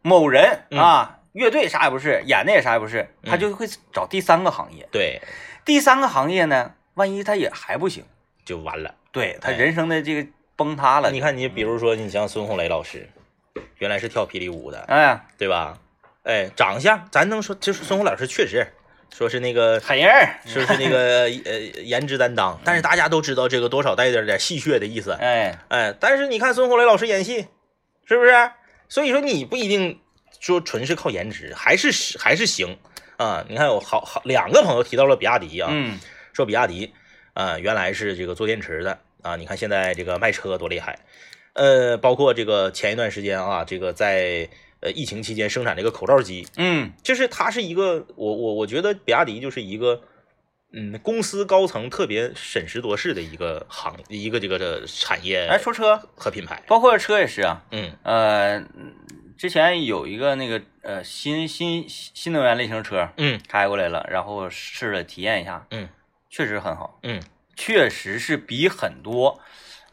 Speaker 1: 某人
Speaker 2: 嗯
Speaker 1: 啊，乐队啥也不是，演的也啥也不是，他
Speaker 2: 嗯
Speaker 1: 就会找第三个行业。
Speaker 2: 对，
Speaker 1: 第三个行业呢，万一他也还不行，
Speaker 2: 就完了。
Speaker 1: 对他
Speaker 2: 哎
Speaker 1: 人生的这个崩塌了，
Speaker 2: 你看，你比如说，你像孙红雷老师，原来是跳霹雳舞的，
Speaker 1: 哎，
Speaker 2: 对吧？哎，长相咱能说，就是孙红雷老师确实说是那个，
Speaker 1: 狠人儿，
Speaker 2: 说是那个呃颜值担当，但是大家都知道这个多少带点点戏谑的意思。
Speaker 1: 哎，
Speaker 2: 哎，但是你看孙红雷老师演戏，是不是？所以说你不一定说纯是靠颜值，还是还是行啊。你看有好好两个朋友提到了比亚迪啊，
Speaker 1: 嗯
Speaker 2: 说比亚迪，呃，原来是这个做电池的啊，你看现在这个卖车多厉害，呃，包括这个前一段时间啊，这个在呃疫情期间生产这个口罩机，
Speaker 1: 嗯
Speaker 2: 就是它是一个，我我我觉得比亚迪就是一个，嗯，公司高层特别审时度势的一个行，一个这个这个产业
Speaker 1: 哎，说车，
Speaker 2: 和品牌，
Speaker 1: 包括车也是啊，
Speaker 2: 嗯
Speaker 1: 呃，之前有一个那个呃新新新能源类型车
Speaker 2: 嗯
Speaker 1: 开过来了，然后试了体验一下，
Speaker 2: 嗯
Speaker 1: 确实很好，
Speaker 2: 嗯，
Speaker 1: 确实是比很多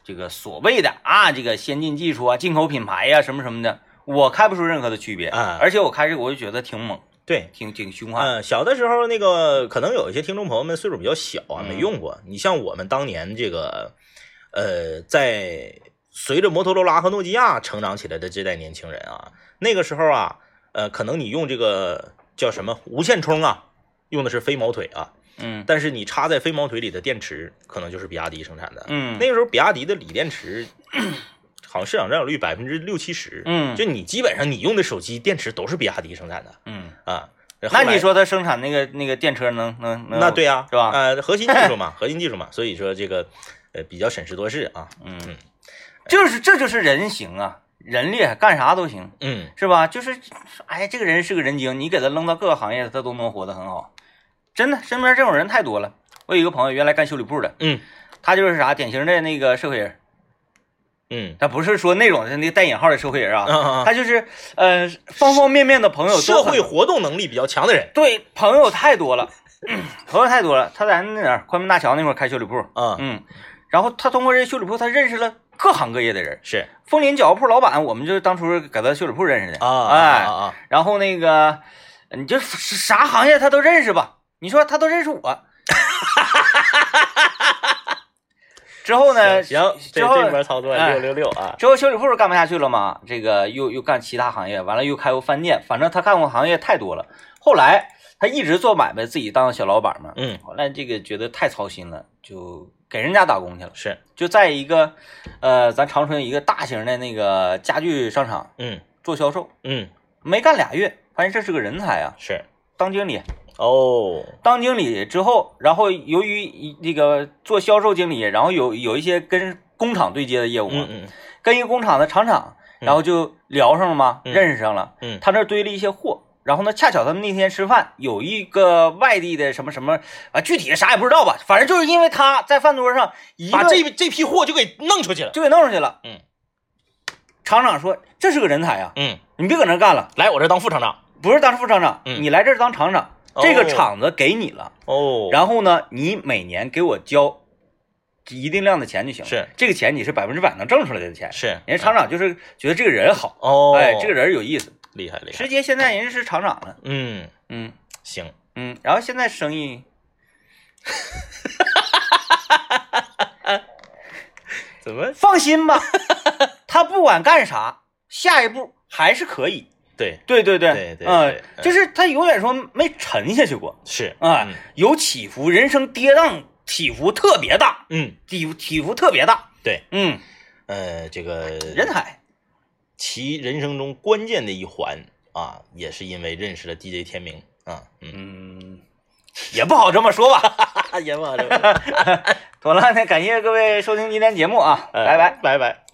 Speaker 1: 这个所谓的啊这个先进技术啊、进口品牌呀、什么什么的，我开不出任何的区别
Speaker 2: 啊
Speaker 1: 而且我开这个我就觉得挺猛，
Speaker 2: 对。
Speaker 1: 挺挺凶悍。
Speaker 2: 嗯、小的时候那个可能有一些听众朋友们岁数比较小啊，
Speaker 1: 嗯
Speaker 2: 没用过。你像我们当年这个，呃，在随着摩托罗拉和诺基亚成长起来的这代年轻人啊，那个时候啊，呃，可能你用这个叫什么无线充啊，用的是飞毛腿啊，
Speaker 1: 嗯
Speaker 2: 但是你插在飞毛腿里的电池，可能就是比亚迪生产的。
Speaker 1: 嗯，
Speaker 2: 那个时候比亚迪的锂电池， (clears throat) 好像市场占有率百分之六七十。
Speaker 1: 嗯
Speaker 2: 就你基本上你用的手机电池都是比亚迪生产的
Speaker 1: 嗯，
Speaker 2: 啊。
Speaker 1: 那
Speaker 2: 后来
Speaker 1: 你说他生产那个那个电车能能能？
Speaker 2: 那对，呀、
Speaker 1: 是吧
Speaker 2: 呃，核心技术 (laughs) 嘛，核心技术嘛，所以说这个呃比较审时度势啊。
Speaker 1: 嗯
Speaker 2: 嗯，
Speaker 1: 就是这就是人行啊，人厉害，干啥都行。
Speaker 2: 嗯，
Speaker 1: 是吧？就是，哎，这个人是个人精，你给他扔到各个行业，他都能活得很好。真的，身边这种人太多了。我有一个朋友，原来干修理铺的，
Speaker 2: 嗯，
Speaker 1: 他就是啥典型的那个社会人，
Speaker 2: 嗯，
Speaker 1: 他不是说那种那个带引号的社会人啊，
Speaker 2: 啊
Speaker 1: 他就是呃方方面面的朋友都
Speaker 2: 社
Speaker 1: 很
Speaker 2: 会活动能力比较强的人，
Speaker 1: 对朋友太多了，嗯朋友太多了。他在那哪儿宽门大桥那块儿开修理铺，
Speaker 2: 嗯，
Speaker 1: 嗯，然后他通过这修理铺，他认识了各行各业的人。
Speaker 2: 是
Speaker 1: 枫林饺子铺老板，我们就是当初搁他修理铺认识的
Speaker 2: 啊啊
Speaker 1: 哎，
Speaker 2: 啊啊，
Speaker 1: 然后那个你就啥行业他都认识吧？你说他都认识我。 (laughs) 之后呢？
Speaker 2: 行，这
Speaker 1: 之后
Speaker 2: 这波操作
Speaker 1: 哎
Speaker 2: 六六六啊，
Speaker 1: 之后修理铺干不下去了嘛，这个又又干其他行业，完了又开过饭店，反正他干过行业太多了。后来他一直做买卖，自己当小老板嘛。
Speaker 2: 嗯，
Speaker 1: 后来这个觉得太操心了，就给人家打工去了，
Speaker 2: 是，
Speaker 1: 就在一个呃咱长春一个大型的那个家具商场
Speaker 2: 嗯
Speaker 1: 做销售，
Speaker 2: 嗯
Speaker 1: 没干俩月，发现这是个人才啊，
Speaker 2: 是，
Speaker 1: 当经理。
Speaker 2: 哦，
Speaker 1: 当经理之后，然后由于一那个做销售经理，然后有有一些跟工厂对接的业务嘛，
Speaker 2: 嗯嗯
Speaker 1: 跟一个工厂的厂长，然后就聊上了嘛，
Speaker 2: 嗯
Speaker 1: 认识上了。
Speaker 2: 嗯
Speaker 1: 他那儿堆了一些货，然后呢，恰巧他们那天吃饭，有一个外地的什么什么啊，具体啥也不知道吧，反正就是因为他在饭桌上一
Speaker 2: 把
Speaker 1: 个
Speaker 2: 这这批货就给弄出去了，
Speaker 1: 就给弄上去了。
Speaker 2: 嗯，
Speaker 1: 厂长说这是个人才呀、
Speaker 2: 嗯，
Speaker 1: 你别搁那儿干了，
Speaker 2: 来我这当副厂长，
Speaker 1: 不是当副厂长，
Speaker 2: 嗯
Speaker 1: 你来这儿当厂长，
Speaker 2: 哦
Speaker 1: 这个厂子给你了，
Speaker 2: 哦，
Speaker 1: 然后呢，你每年给我交一定量的钱就行了，
Speaker 2: 是
Speaker 1: 这个钱你是百分之百能挣出来的钱。
Speaker 2: 是
Speaker 1: 人家厂长就是觉得这个人好，
Speaker 2: 哦，
Speaker 1: 哎，这个人有意思。
Speaker 2: 厉害厉害，
Speaker 1: 直接现在人家是厂长了，
Speaker 2: 嗯，
Speaker 1: 嗯
Speaker 2: 行，
Speaker 1: 嗯，然后现在生意，
Speaker 2: 怎么
Speaker 1: 放心
Speaker 2: (laughs)
Speaker 1: 吧，他不管干啥，下一步还是可以。
Speaker 2: 对
Speaker 1: 对对对
Speaker 2: 对对
Speaker 1: 嗯，
Speaker 2: 对
Speaker 1: 就是他永远说没沉下去过
Speaker 2: 是
Speaker 1: 啊、
Speaker 2: 嗯
Speaker 1: 有起伏，人生跌宕起伏特别大，
Speaker 2: 嗯
Speaker 1: 起起伏特别大。
Speaker 2: 对，
Speaker 1: 嗯，
Speaker 2: 呃，这个
Speaker 1: 人才，
Speaker 2: 其人生中关键的一环啊，也是因为认识了 DJ 天明啊， (laughs) 嗯，
Speaker 1: 嗯，也不好这么说吧。
Speaker 2: 哎 (laughs) 哈哈，言吧，哎
Speaker 1: 妥了，那感谢各位收听今天节目啊，拜拜。
Speaker 2: 拜拜。